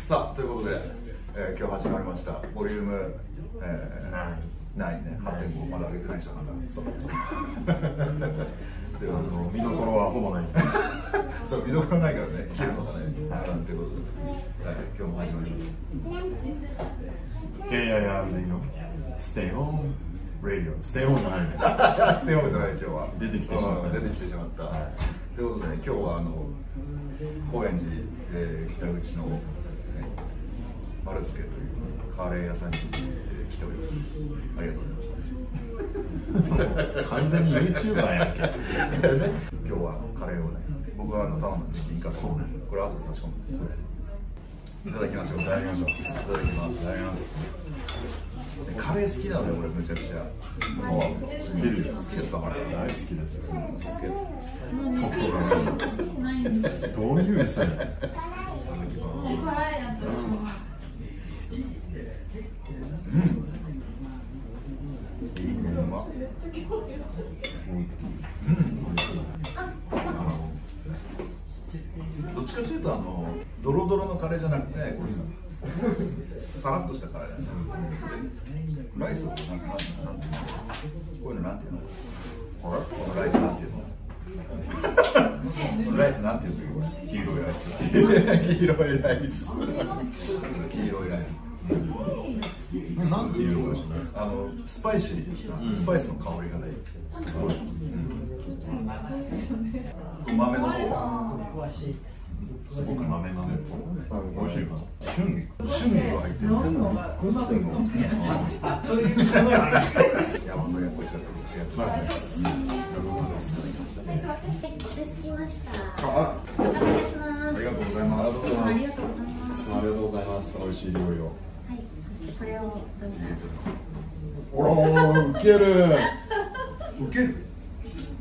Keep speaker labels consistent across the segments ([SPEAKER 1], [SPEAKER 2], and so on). [SPEAKER 1] さあということで、えー今日始まりましたボリューム、えー、ないね8.5まだ上げてないでしょまだそう であの見どころは
[SPEAKER 2] ほぼない。
[SPEAKER 1] そう見どころないからね切るのがねなんてことで、はい、今日も始まります
[SPEAKER 2] KIR でいいの。Stay home radio。Stay home じゃないね。は
[SPEAKER 1] セオじゃない今日は
[SPEAKER 2] 出てきてしまった
[SPEAKER 1] うん出てきてしまった、ということで、ね、今日はあの高円寺、えー北口の、えー、マルスケというカレー屋さんに、えー来ておりますありがとうございました
[SPEAKER 2] い完全に YouTuber やんけ。
[SPEAKER 1] 今日はカレーをね僕はあの頼んだチキンカレーをねこれ後で差し込むそういただきましょういただきましょういただきますいただきますカレー好きなのよ俺むちゃくちゃ
[SPEAKER 2] 知ってるよ
[SPEAKER 1] 好。きですかカレー
[SPEAKER 2] 大好きです。
[SPEAKER 1] 好きです
[SPEAKER 2] トップがどういう餌や。
[SPEAKER 1] いいねうまどっちかというとあのドロドロのカレーじゃなくてこれささらっとしたカレーだねライスをなんかなんなんていうのこういうのなんていうのこれこのライスなんていうのこのライスなんていうのこれ黄色いライス 黄色いライス黄色いライスなんていうのかなあのスパイシー、スパイスの香りがねすごい、うん、豆の方
[SPEAKER 2] すごく豆豆っぽい。美味しいかな。春
[SPEAKER 1] 春菊が入ってるんですよ山のやっぱりちょっとやつまらないです
[SPEAKER 3] 着きました。
[SPEAKER 1] あ
[SPEAKER 3] お邪魔いたします。
[SPEAKER 1] あ
[SPEAKER 3] い
[SPEAKER 1] りがとうございます
[SPEAKER 3] つもありがとうございます。
[SPEAKER 2] ありがとうございます。美味しい料理を。
[SPEAKER 3] はい、そしてこれをどうぞ。
[SPEAKER 2] おら、ウケる。
[SPEAKER 1] ウケる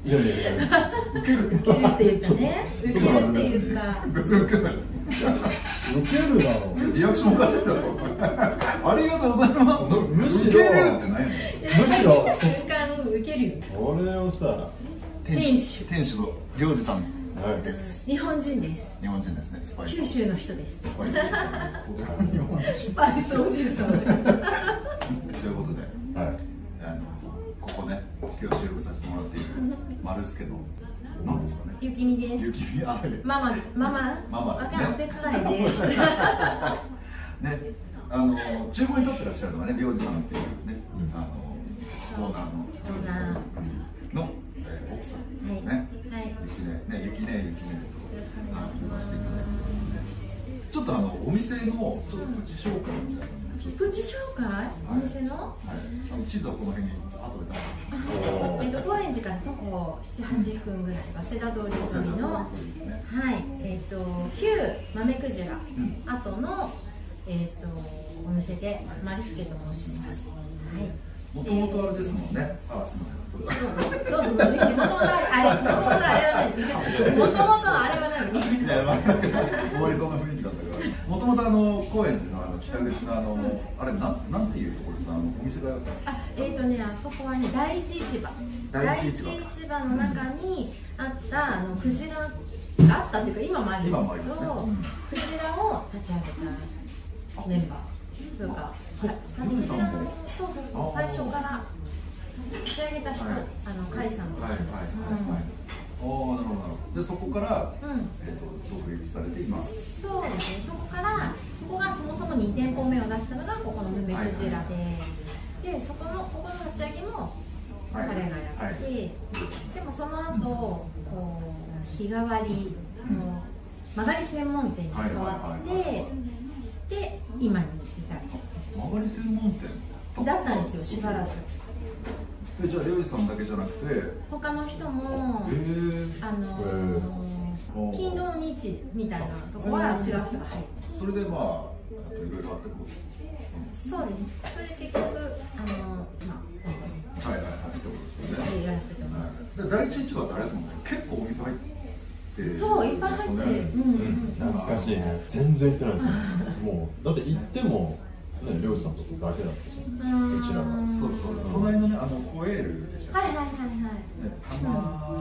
[SPEAKER 2] いやいやいや。
[SPEAKER 3] 受けるっていうかね、受けるっていうか、
[SPEAKER 1] 別にウケない
[SPEAKER 2] ウケるだろ。
[SPEAKER 1] リアクションおかしいだろありがとうございます
[SPEAKER 2] むし
[SPEAKER 1] ウケ
[SPEAKER 2] ろ
[SPEAKER 1] るってないの
[SPEAKER 2] むしろ
[SPEAKER 3] 瞬間受けるよ。
[SPEAKER 2] これをさ。
[SPEAKER 3] 店主
[SPEAKER 1] 店主の良二さん
[SPEAKER 2] はい
[SPEAKER 1] です
[SPEAKER 3] 日本人です。
[SPEAKER 1] 日本人ですねスパイス
[SPEAKER 3] 九州の人です。
[SPEAKER 1] スパイスですねとても日本人
[SPEAKER 3] スパイスおじさん。
[SPEAKER 1] ということで
[SPEAKER 2] はい。
[SPEAKER 1] あのここね今日収録させてもらっている丸ですけど何ですかね
[SPEAKER 3] ゆきみで
[SPEAKER 1] ゆ
[SPEAKER 3] す。
[SPEAKER 1] きみあれ
[SPEAKER 3] ママ、ママ、
[SPEAKER 1] ママですね
[SPEAKER 3] わかんお手伝いです。
[SPEAKER 1] ね、あの厨房に立ってらっしゃるのがね、良治さんっていうね、あのオーナーの良治さんの、えー奥さんですね。
[SPEAKER 3] はい。
[SPEAKER 1] 雪ね、ね、雪ね、雪ねと、あの、呼ばせていただいてますね。ちょっとあのお店のちょっとプチ紹介みたいなのをちょっ
[SPEAKER 3] プチ紹介お店の
[SPEAKER 1] と、はい、あの地図はこの辺に後で出してます。
[SPEAKER 3] えっと、高円寺から徒歩7、8分ぐらい、早稲田通り沿いの
[SPEAKER 1] そうですね。
[SPEAKER 3] はい、えっ、と旧豆クジラ
[SPEAKER 1] ん
[SPEAKER 3] 後の、えっ、とお店でマリスケと申します。
[SPEAKER 1] もともとあれですもんね。あ、すみません。
[SPEAKER 3] はい。どうぞどうぞ。もともとあれ、もともとあれは何？もともとあれは何？
[SPEAKER 1] いや、まあ、終わりそうな雰囲気だったから。もともとあの高円寺のあの北口のあの、あれなん、なんていうところですか、あのお店が。
[SPEAKER 3] あ、えっ、とね、あそこはね、第一市場。
[SPEAKER 1] 第一市場
[SPEAKER 3] 第一市場の中にあった、あのクジラ。あったっていうか、今もあるん
[SPEAKER 1] 今もあり
[SPEAKER 3] で
[SPEAKER 1] ますす
[SPEAKER 3] け
[SPEAKER 1] ね
[SPEAKER 3] ど、
[SPEAKER 1] うん
[SPEAKER 3] クジラを立ち上げたメンバー。というか、
[SPEAKER 1] そう
[SPEAKER 3] あ
[SPEAKER 1] ヨネさんも
[SPEAKER 3] そうそうそう、
[SPEAKER 1] あ
[SPEAKER 3] 最
[SPEAKER 1] ー
[SPEAKER 3] 初から。立ち上げた人、
[SPEAKER 1] はい
[SPEAKER 3] あの、甲斐さんも
[SPEAKER 1] はい、
[SPEAKER 3] 一
[SPEAKER 1] は
[SPEAKER 3] 緒
[SPEAKER 1] い、はい、はい。おお、なるほど、なるほど。で、そこから、
[SPEAKER 3] うんうん。
[SPEAKER 1] えっ、と、独立されて、今。は
[SPEAKER 3] そうですね、そこから、そこがそもそも2店舗目を出したのが、ここの梅クジラで。で、そこの、ここの立ち上げも。
[SPEAKER 1] い、
[SPEAKER 3] 彼がや
[SPEAKER 1] は
[SPEAKER 3] っ
[SPEAKER 1] い
[SPEAKER 3] て、。でもその後、こう日替わりの曲がり専門店に変わっ
[SPEAKER 1] はいはい
[SPEAKER 3] て、
[SPEAKER 1] はいは
[SPEAKER 3] で今に至
[SPEAKER 1] 曲がり専門店。
[SPEAKER 3] るだったんですよしばらく
[SPEAKER 1] え、じゃあ、料理さんだけじゃなくて。へ
[SPEAKER 3] 他の人も
[SPEAKER 1] え。
[SPEAKER 3] あの
[SPEAKER 2] へ
[SPEAKER 1] ー
[SPEAKER 3] 金土日みたいなとこは違う人が入って
[SPEAKER 1] それで、まあ、あといろいろあってこと。
[SPEAKER 3] そうですそれで結局あのま
[SPEAKER 1] はい、はい、はい、ってことですよ
[SPEAKER 3] あ
[SPEAKER 1] ね。
[SPEAKER 3] やらせてもらう
[SPEAKER 1] はい。で、第一市場ってあれですもんね。結構お店入ってる。
[SPEAKER 3] そういっぱい入ってる、うんう
[SPEAKER 1] う
[SPEAKER 3] ん
[SPEAKER 1] ん
[SPEAKER 2] 懐かしいね全然行ってないですねもうだって行ってもね漁師さんとこだけだったじゃん
[SPEAKER 3] うん
[SPEAKER 2] こちらが
[SPEAKER 1] そうそう、隣のね、あの、コエールでしたっ
[SPEAKER 3] はいはいはいはい
[SPEAKER 1] けね。たまー
[SPEAKER 2] あ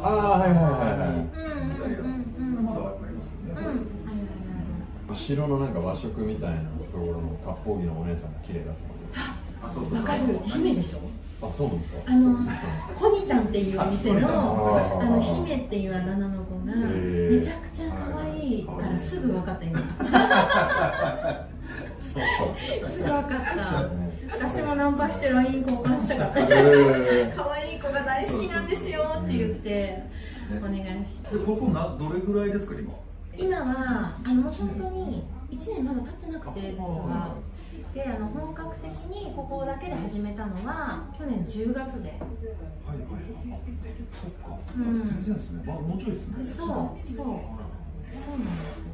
[SPEAKER 2] あはいはいはいはい
[SPEAKER 3] うんうんうんうん
[SPEAKER 1] まだありますよね。
[SPEAKER 3] うん、あるあるあ
[SPEAKER 2] 後
[SPEAKER 3] る。
[SPEAKER 2] ろのなんか和食みたいなところの割烹着のお姉さんが綺麗だった
[SPEAKER 1] あそうそう
[SPEAKER 3] わかる姫でしょ
[SPEAKER 2] のあそうなんですか
[SPEAKER 3] あのコニタンっていうお店の
[SPEAKER 2] あ
[SPEAKER 3] あの姫っていうあだ名の子が
[SPEAKER 2] へー
[SPEAKER 3] めちゃくちゃ可愛いからすぐ分かった今
[SPEAKER 1] そう
[SPEAKER 3] すぐ分かった私もナンパして LINE 交換したかった
[SPEAKER 2] え
[SPEAKER 3] 可愛い子が大好きなんですよって言ってお願いして
[SPEAKER 1] そうでここなどれぐらいですか今
[SPEAKER 3] 今はあの本当に1年まだ経ってなくて実はであの本格的にここだけで始めたのは去年10月で
[SPEAKER 1] はいはいあそっか、
[SPEAKER 3] うん
[SPEAKER 1] 全然ですね、まあ、もうちょいですね
[SPEAKER 3] そうそうそうなんですよ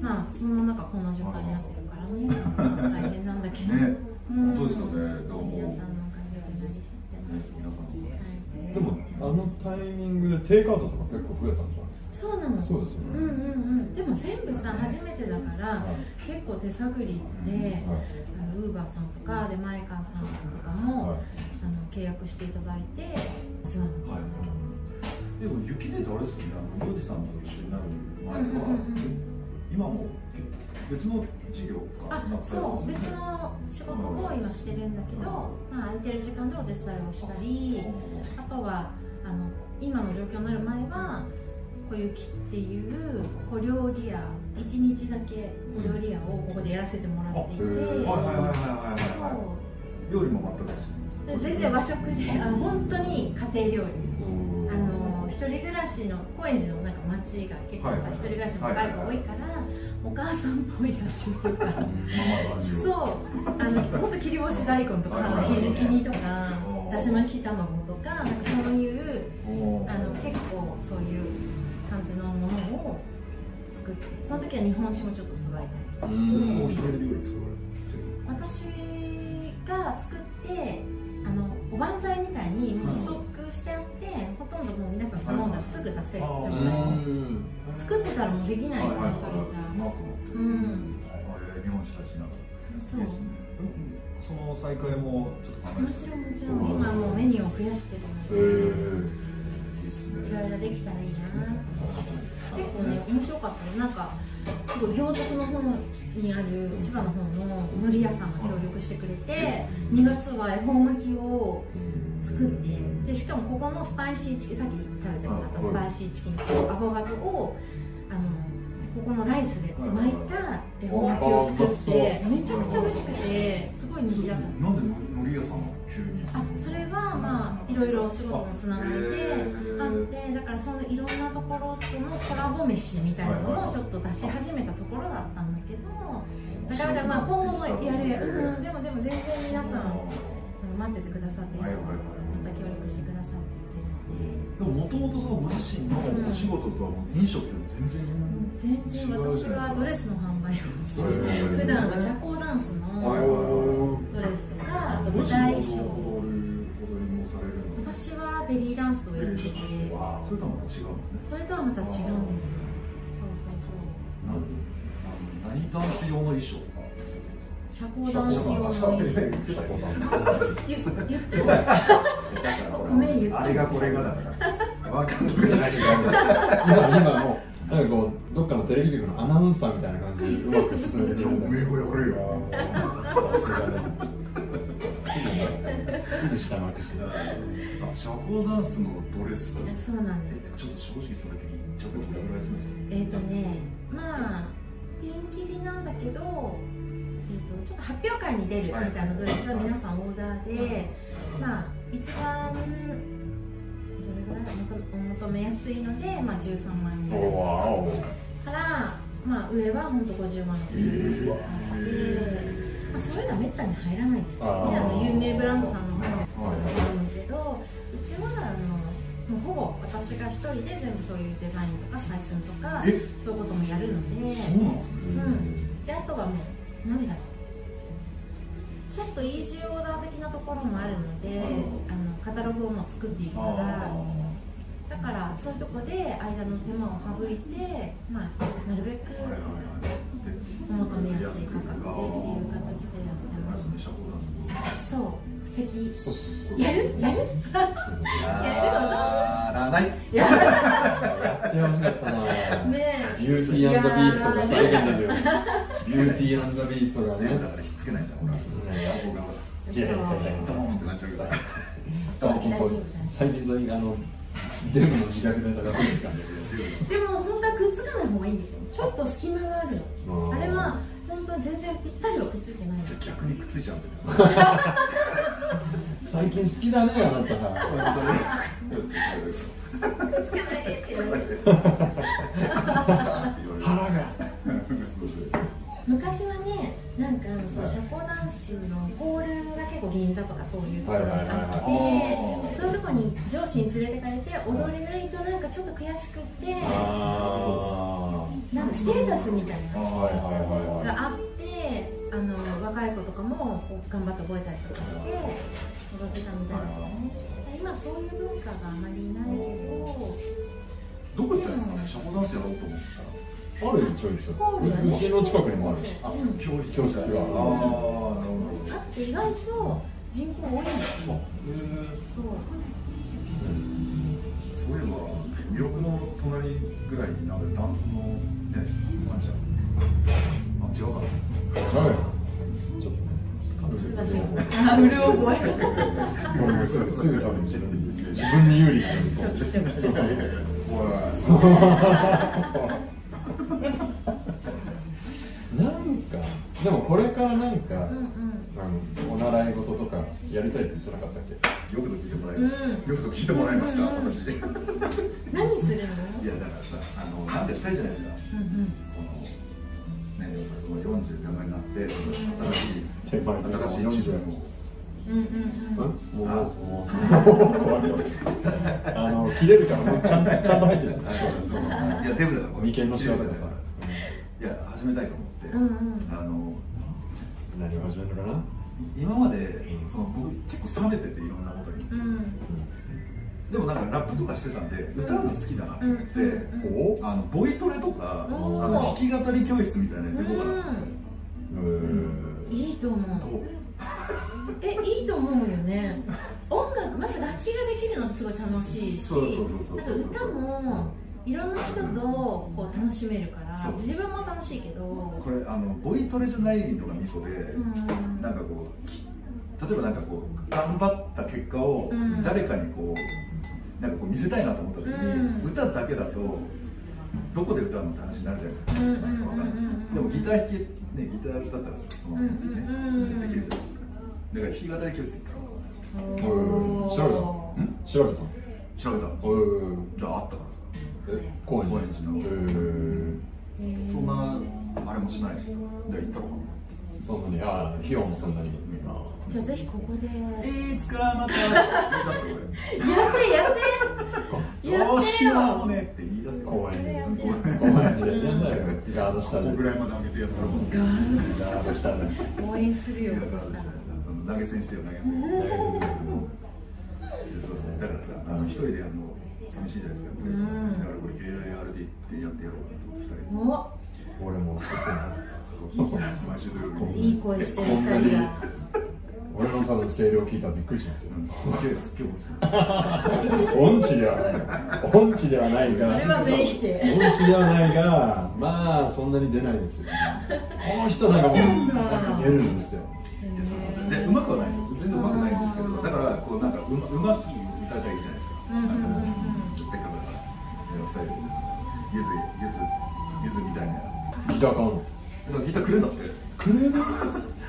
[SPEAKER 3] まあその中こんな状態になってるからね大変なんだけど、
[SPEAKER 1] ね
[SPEAKER 3] うん
[SPEAKER 1] 本当ですよねどうも
[SPEAKER 3] 皆さんのおかげになりきってま
[SPEAKER 1] ね
[SPEAKER 3] す
[SPEAKER 1] 皆さんのおかげです
[SPEAKER 2] ーでもあのタイミングでテイクアウトとか結構増えたんじゃないです
[SPEAKER 3] そうなの
[SPEAKER 2] かそうですよ
[SPEAKER 3] うんうん
[SPEAKER 2] ね、
[SPEAKER 3] うんでも全部さ初めてだから結構手探りで
[SPEAKER 2] はい
[SPEAKER 3] あのウーバーさんとかで前川さんとかも、
[SPEAKER 2] はい
[SPEAKER 3] あの契約していただいてお世話になっ
[SPEAKER 1] はいでも雪でってあれですよねあの、ヨウジさんと一緒になる前は、
[SPEAKER 3] うんうん
[SPEAKER 1] 今も別の事業
[SPEAKER 3] た
[SPEAKER 1] か
[SPEAKER 3] あそう別
[SPEAKER 1] の
[SPEAKER 3] の仕事を今してるんだけど、まあ、空いてる時間でお手伝いをしたりあとはあの今の状況になる前は小雪っていう小料理屋一日だけ小料理屋をここでやらせてもらっていて、
[SPEAKER 2] うん
[SPEAKER 1] はいはいはいはいはい
[SPEAKER 3] そ
[SPEAKER 1] は
[SPEAKER 3] う
[SPEAKER 1] い料理も全くです
[SPEAKER 3] 全然和食であの本当に家庭料理
[SPEAKER 2] うん
[SPEAKER 3] あの一人暮らしの高円寺のなんか町が結構
[SPEAKER 1] はいは
[SPEAKER 3] さ
[SPEAKER 1] いはい
[SPEAKER 3] 一人暮らしの若い子多いから、お母さんっぽい味とか
[SPEAKER 1] ママの味を
[SPEAKER 3] そうあの本当切り干し大根と
[SPEAKER 1] はいはい
[SPEAKER 3] か
[SPEAKER 1] はい
[SPEAKER 3] ひじき煮とか
[SPEAKER 1] おー
[SPEAKER 3] だし巻き卵とかなんかそういう
[SPEAKER 1] おー
[SPEAKER 3] あの結構そういう感じのものを作ってその時は日本酒もちょっと揃えたりとかして。
[SPEAKER 2] うん
[SPEAKER 1] もう一人で料理作られてる
[SPEAKER 3] 私が作ってあのおばんざいみたいにもうストックしてあって、ほとんどもう皆さん頼んだらすぐ出せる状
[SPEAKER 2] う
[SPEAKER 3] 態、
[SPEAKER 2] ん
[SPEAKER 3] 作ってたらもうできない
[SPEAKER 1] はい
[SPEAKER 3] か
[SPEAKER 1] はい
[SPEAKER 3] ら
[SPEAKER 1] はい
[SPEAKER 3] 一人じ
[SPEAKER 1] マ
[SPEAKER 3] ゃ
[SPEAKER 1] ーク持ってる
[SPEAKER 3] うん
[SPEAKER 1] あれ日本酒たちながら
[SPEAKER 3] そう
[SPEAKER 1] ですねその再開もちょっと考え
[SPEAKER 3] も
[SPEAKER 1] て
[SPEAKER 3] ちろんもちろん今もうメニューを増やしてる
[SPEAKER 2] え
[SPEAKER 3] ので
[SPEAKER 2] ー
[SPEAKER 1] いいです
[SPEAKER 3] いろ
[SPEAKER 1] ね
[SPEAKER 3] いろできたらいいな結構ね面白かったよなんかすごい行徳の方にある千葉の方の海苔屋さんが協力してくれて2月は恵方巻きを作ってでしかもここのスパイシーチキンさっき食べてもらったスパイシーチキンとアボカドをあのここのライスで巻いた恵方巻きを作ってめちゃくちゃ美味しくてすごい人気だった
[SPEAKER 1] なんでのり屋さんが急に
[SPEAKER 3] あそれはまあいろいろお仕事もつながりで
[SPEAKER 1] あ
[SPEAKER 3] あってだからそのいろんなところとのコラボ飯みたいなのをちょっと出し始めたところだったんだけどなかなかまあ今後もやるやうんでもでも全然皆さん待っててくださっていつもまた協力してくださっていて。
[SPEAKER 1] でももともとそのご自身のお仕事とはもう飲食って全然
[SPEAKER 3] 全然私はドレスの販売をして
[SPEAKER 1] へー
[SPEAKER 3] 普段は社交ダンス
[SPEAKER 1] はいはい
[SPEAKER 3] の
[SPEAKER 1] は
[SPEAKER 3] ドレスとかあと
[SPEAKER 1] いご
[SPEAKER 3] 舞
[SPEAKER 1] 自身
[SPEAKER 3] 台
[SPEAKER 1] の
[SPEAKER 3] 衣装
[SPEAKER 1] 踊る踊りもされるので
[SPEAKER 3] 私はベリーダンスをやって
[SPEAKER 1] そ
[SPEAKER 3] て
[SPEAKER 1] れとはまた違うんですね
[SPEAKER 3] それとはまた違うんですよそう
[SPEAKER 1] 何何ダンス用の衣装とか
[SPEAKER 3] そう そう社交ダンス用の衣装言っ言ってもごめん言って
[SPEAKER 1] あれがこれがだから分かんなくなっちゃう
[SPEAKER 2] 今今のなんかこうどっかのテレビ局のアナウンサーみたいな感じでうまく進めてる
[SPEAKER 1] おめえがやれよ
[SPEAKER 2] さすがだねすぐ下巻くし
[SPEAKER 1] あ社交ダンスのドレス
[SPEAKER 3] そうなんです
[SPEAKER 1] えちょっと正直それってちょっとどれぐらいするんですか
[SPEAKER 3] えーとねまあピンキリなんだけど、えー、とちょっと発表会に出るみたいなドレスは皆さんオーダーで、まあ一番どれぐらいお求めやすいので、まあ、13万円ぐらい
[SPEAKER 2] わお
[SPEAKER 3] から、まあ、上は本当50万円ぐらいあって、まあ、そういうのはめったに入らないんですよね
[SPEAKER 2] あ
[SPEAKER 3] あ
[SPEAKER 2] ー
[SPEAKER 3] の有名ブランドさんの方に
[SPEAKER 1] はい
[SPEAKER 3] あるんだけどうちはあのもうほぼ私が一人で全部そういうデザインとか採寸とか
[SPEAKER 1] え
[SPEAKER 3] そういうこともやるので
[SPEAKER 1] そうなんですね
[SPEAKER 2] うん
[SPEAKER 3] であとはもう何だろうちょっとイージーオーダー的なところもあるのであのカタログをもう作っていくからだからそういうとこで間の手間を省いて、まあ、なるべく
[SPEAKER 1] はいはいはい
[SPEAKER 3] お求めやすい
[SPEAKER 1] 安く
[SPEAKER 3] 価格でっていう形でやって
[SPEAKER 1] あ
[SPEAKER 3] ま
[SPEAKER 1] れですね社交ダンス
[SPEAKER 3] すそう素敵
[SPEAKER 2] そうそうそう
[SPEAKER 3] やるやる
[SPEAKER 1] やらない
[SPEAKER 3] やら
[SPEAKER 2] やってほしかったな
[SPEAKER 3] ねえ
[SPEAKER 2] Beauty and the Beast とかされてたけどビューティーアンザビーストがね
[SPEAKER 1] だからひっつけないんだほら顎が
[SPEAKER 2] いやいやいやいや
[SPEAKER 1] ドーンってなっちゃうから
[SPEAKER 2] 多分ここ最近最近あのデブの自覚ネタが出てきたんですよ
[SPEAKER 3] でも本当はくっつかない方がいいんですよちょっと隙間があるの
[SPEAKER 2] あー
[SPEAKER 3] あれは本当に全然ぴったりはくっついてないの
[SPEAKER 1] 逆にくっついちゃうんだよ
[SPEAKER 2] 最近好きだねあなたが腹が
[SPEAKER 3] 昔はねなんかあのその
[SPEAKER 2] はい
[SPEAKER 3] 社交ダンスのホールが結構銀座とかそういうとこ
[SPEAKER 2] はい
[SPEAKER 3] ろ
[SPEAKER 2] は
[SPEAKER 3] に
[SPEAKER 2] いはい
[SPEAKER 3] あ
[SPEAKER 1] はい
[SPEAKER 3] ってそういうとこに上司に連れてかれて踊れないとなんかちょっと悔しくって
[SPEAKER 2] あ
[SPEAKER 3] なんかステータスみたい
[SPEAKER 2] あはいはいは
[SPEAKER 3] な
[SPEAKER 2] は
[SPEAKER 3] い
[SPEAKER 2] い
[SPEAKER 3] があってあの若い子とかもこう頑張って覚えたりとかして踊ってたみたいなね今そういう文化があまりないけど
[SPEAKER 1] どこ行ったんですかね社交ダンスやろうと思っ
[SPEAKER 2] あるよちょいち
[SPEAKER 3] ホールが
[SPEAKER 2] ょいう
[SPEAKER 3] ね
[SPEAKER 2] ちの近くにもある
[SPEAKER 1] たら
[SPEAKER 3] うん
[SPEAKER 1] 教室
[SPEAKER 2] 教室が
[SPEAKER 1] ああなるほど
[SPEAKER 3] あって意外と人口多いんですよそう
[SPEAKER 1] そういえば魅力の隣ぐらいになんかダンスのねあんちゃんあ違うかな
[SPEAKER 2] はいちょっとね彼女の情報
[SPEAKER 3] あ潤覚え
[SPEAKER 2] すぐすぐ多分自分自分に有利な
[SPEAKER 3] ちょきちょきちょき
[SPEAKER 1] おい
[SPEAKER 2] なんかでもこれからなんか、
[SPEAKER 3] うんうん
[SPEAKER 2] あのお習い事とかやりたいって言ってなかったっけ
[SPEAKER 1] よくぞ聞いてもらいました、よくぞ聞いてもらいました、
[SPEAKER 3] うん
[SPEAKER 1] 私いやだか
[SPEAKER 3] 何するの
[SPEAKER 1] らさあのなんてしたいじゃないですかこ
[SPEAKER 3] うんうん
[SPEAKER 1] のねやっぱその40手前になってその新しい
[SPEAKER 2] 手前
[SPEAKER 1] 新しい自分を
[SPEAKER 3] うん
[SPEAKER 2] もう
[SPEAKER 3] うんうん
[SPEAKER 2] もうもうあの切れるからもうちゃんちゃんと入ってる
[SPEAKER 1] あそうそういやデブだからこれ
[SPEAKER 2] 眉間のシワとかさ
[SPEAKER 1] いや始めたいと思って、
[SPEAKER 3] うんうん
[SPEAKER 1] あの
[SPEAKER 2] 何を始めるのかな
[SPEAKER 1] 今までその僕結構冷めてていろんなことに、
[SPEAKER 3] うん
[SPEAKER 1] でもなんかラップとかしてたんで歌うの好きだなと思って、
[SPEAKER 3] うん
[SPEAKER 2] お
[SPEAKER 1] あのボイトレとかあ
[SPEAKER 3] おー
[SPEAKER 1] の弾き語り教室みたいなやつ行こうかなと思って
[SPEAKER 2] うん
[SPEAKER 3] いいと思う
[SPEAKER 1] どう
[SPEAKER 3] えいいと思うよね音楽まず楽器ができるのすごい楽しいし
[SPEAKER 1] そうそうそうそうそう
[SPEAKER 3] あと歌もいろんな人とこう楽しめるから
[SPEAKER 1] そう
[SPEAKER 3] 自分も楽しいけどう
[SPEAKER 1] これあのボイトレじゃないのがミソで、
[SPEAKER 3] ん
[SPEAKER 1] なんかこうき例えばなんかこう頑張った結果を
[SPEAKER 3] うん
[SPEAKER 1] 誰かにこうなんかこう見せたいなと思った時に、
[SPEAKER 3] うん
[SPEAKER 1] 歌だけだとどこで歌うのって話になるじゃないですか。
[SPEAKER 3] うんうん
[SPEAKER 1] なんかわかんない
[SPEAKER 3] うん
[SPEAKER 1] でもギター弾けねギターだったらその辺にね、
[SPEAKER 3] うんうんうん
[SPEAKER 1] できるじゃないですか。だから弾き語り教室行ったの
[SPEAKER 3] お
[SPEAKER 2] うん
[SPEAKER 3] ー
[SPEAKER 2] 調べたん調べたの
[SPEAKER 1] 調べたの。
[SPEAKER 2] うん
[SPEAKER 1] じゃああったからさ。
[SPEAKER 2] え高円
[SPEAKER 1] 高
[SPEAKER 2] 寺
[SPEAKER 1] 円寺の
[SPEAKER 2] うん
[SPEAKER 1] そんなあれもしないしさ。で行ったのかな。
[SPEAKER 2] そんなにああ費用もそんなに
[SPEAKER 3] じゃあぜひここで
[SPEAKER 1] いつかまた言い出すよ
[SPEAKER 3] やってやって
[SPEAKER 1] 俺。よーしようねって言い出すよ。
[SPEAKER 2] 公園
[SPEAKER 3] でやっ
[SPEAKER 1] こ
[SPEAKER 3] てよ
[SPEAKER 2] 高円寺でやりなさいよガードしたら
[SPEAKER 1] こぐ
[SPEAKER 2] ガ
[SPEAKER 1] らいまで上げてやったらもう。
[SPEAKER 2] ードしたら
[SPEAKER 3] 応援するよ
[SPEAKER 1] いやそうそうそう投げ銭してよ投げ銭。
[SPEAKER 2] 大丈夫です
[SPEAKER 1] そうそうだからさあの一人でやるの寂しいじゃないですか。やっぱり
[SPEAKER 3] うん
[SPEAKER 1] だからこれ AIRD ってやってやろうと二人で。
[SPEAKER 3] お
[SPEAKER 2] 俺も
[SPEAKER 1] 毎週土曜日に。
[SPEAKER 3] いい声してる二人が
[SPEAKER 2] 俺の多分声量聞いたらびっくりしますよ
[SPEAKER 1] うんすっげえすっげえ面白い。
[SPEAKER 2] 音痴ではない音痴ではないが
[SPEAKER 3] それは全否定
[SPEAKER 2] 音痴ではないがまあそんなに出ないですよこの人なんかもうなんか出るんですよ
[SPEAKER 1] いやそうそうでうまくはないですよ全然うまくないんですけどだからこうなんかうまうまく歌いたいじゃないですか、
[SPEAKER 3] うんうんうんうん
[SPEAKER 1] せっかくだからいや二人でゆずゆずゆずみたいなだか
[SPEAKER 2] ギター買うの
[SPEAKER 1] らギターくれんだって
[SPEAKER 2] くれる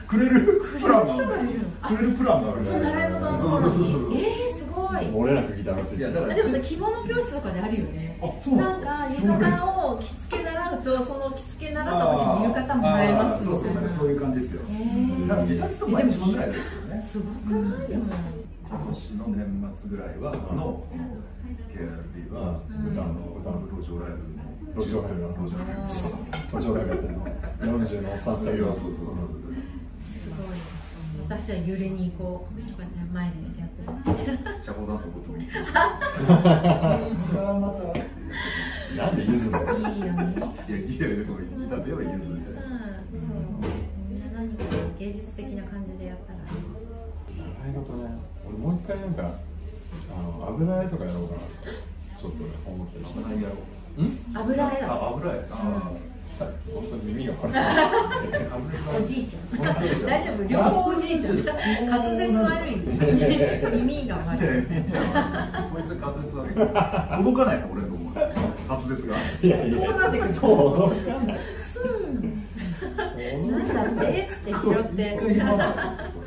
[SPEAKER 1] くれるプランがある
[SPEAKER 3] くれるあ
[SPEAKER 1] くれるプランがある
[SPEAKER 3] そう習い事の
[SPEAKER 1] そうそうそうそう
[SPEAKER 3] 頃にえーすごい
[SPEAKER 2] 漏れなくギターがつい
[SPEAKER 1] い
[SPEAKER 2] て
[SPEAKER 1] や
[SPEAKER 2] る
[SPEAKER 1] だから
[SPEAKER 3] あでもさ着物教室とかであるよね
[SPEAKER 1] あそうなんですか
[SPEAKER 3] なんか浴衣を着付け習うとその着付け習った時に浴衣もらえます
[SPEAKER 1] あーそ
[SPEAKER 3] み
[SPEAKER 1] うそ
[SPEAKER 3] た
[SPEAKER 1] う
[SPEAKER 3] い
[SPEAKER 1] なん
[SPEAKER 3] な
[SPEAKER 1] かそういう感じですよ
[SPEAKER 3] へ
[SPEAKER 1] だから
[SPEAKER 3] ー
[SPEAKER 1] ギターつと毎日もぐらいですよね
[SPEAKER 3] すごくないでも
[SPEAKER 1] 今年の年末ぐらいはの KRD は
[SPEAKER 3] うん
[SPEAKER 1] 歌の歌の路上ライブの
[SPEAKER 2] 路上ライブの
[SPEAKER 1] 路上ライブそうそう
[SPEAKER 2] 途上からやってるの40のおっさん
[SPEAKER 1] そう
[SPEAKER 2] 二
[SPEAKER 1] いやそう
[SPEAKER 2] 人が
[SPEAKER 1] そうそう
[SPEAKER 3] すごい私は揺れに行こうこうやって前でやってる
[SPEAKER 1] 社交ダンスのこともいいですよ。いつかまたって。
[SPEAKER 2] なんでゆずの
[SPEAKER 3] いいよね
[SPEAKER 1] いや、いやいや、こう、いたといえばゆずみたい
[SPEAKER 3] うん
[SPEAKER 1] な。
[SPEAKER 3] そうみんな何か芸術的な感じでやったら
[SPEAKER 2] 習い事ね俺もう一回なんかあの油絵とかやろうかなちょっとね思ってる
[SPEAKER 1] 油絵やろう。
[SPEAKER 2] ん
[SPEAKER 3] 油絵だ
[SPEAKER 1] あ、油絵。ああ、
[SPEAKER 2] さ本当に耳が悪い
[SPEAKER 3] おじいちゃん
[SPEAKER 2] 本当に
[SPEAKER 3] 大丈夫両方おじいちゃん滑舌悪い耳が悪い
[SPEAKER 1] こいつ滑舌悪いから動かないです俺のとこ滑舌が
[SPEAKER 2] いやいや
[SPEAKER 3] こうなってくる
[SPEAKER 2] そう分かんない
[SPEAKER 3] スーンなんだってっつって拾って
[SPEAKER 1] 一回今までですよこ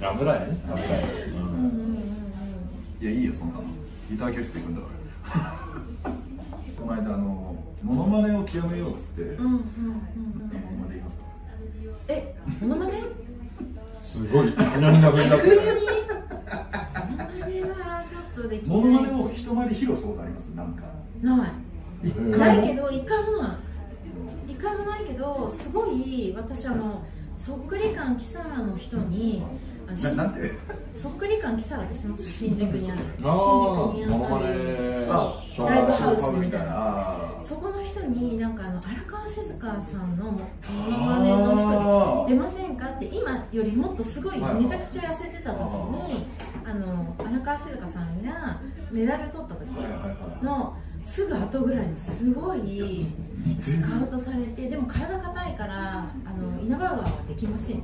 [SPEAKER 2] 危ないね危ない、う
[SPEAKER 3] うん
[SPEAKER 2] ん
[SPEAKER 3] うんうん
[SPEAKER 1] れいやいいよそんなのギター教室行くんだからこの間あのモノマネを極めようっつって、
[SPEAKER 3] うんうんうんうんうん
[SPEAKER 1] モノマネできますか
[SPEAKER 3] えモノマネ
[SPEAKER 2] すごい何がぶりだっ
[SPEAKER 3] 急にモノマネはちょっとできない
[SPEAKER 1] モノマネを人前で披露したことありますなんか
[SPEAKER 3] ない
[SPEAKER 1] 一回も
[SPEAKER 3] ないけど一回もない一回もないけどすごい私あのそっくり感キサラの人にあし
[SPEAKER 1] ななんて
[SPEAKER 3] そっくり感キサラって知ってます新宿にある
[SPEAKER 2] ああ
[SPEAKER 3] 新宿
[SPEAKER 2] モノマ
[SPEAKER 3] にある
[SPEAKER 2] ネ
[SPEAKER 1] さ
[SPEAKER 2] しょう
[SPEAKER 3] ライブ
[SPEAKER 2] が
[SPEAKER 3] ハ
[SPEAKER 2] な
[SPEAKER 3] ウ
[SPEAKER 2] い
[SPEAKER 3] ス
[SPEAKER 1] みたいな
[SPEAKER 3] そこの人になんかあの荒川静香さんのモノマネの人に出ませんかって今よりもっとすごい
[SPEAKER 1] はいはい
[SPEAKER 3] めちゃくちゃ痩せてた時にあの荒川静香さんがメダル取った時
[SPEAKER 1] はいはいはい
[SPEAKER 3] のすぐ後ぐらいにすごいスカウトされてでも体硬いからあのイナバウアーはできません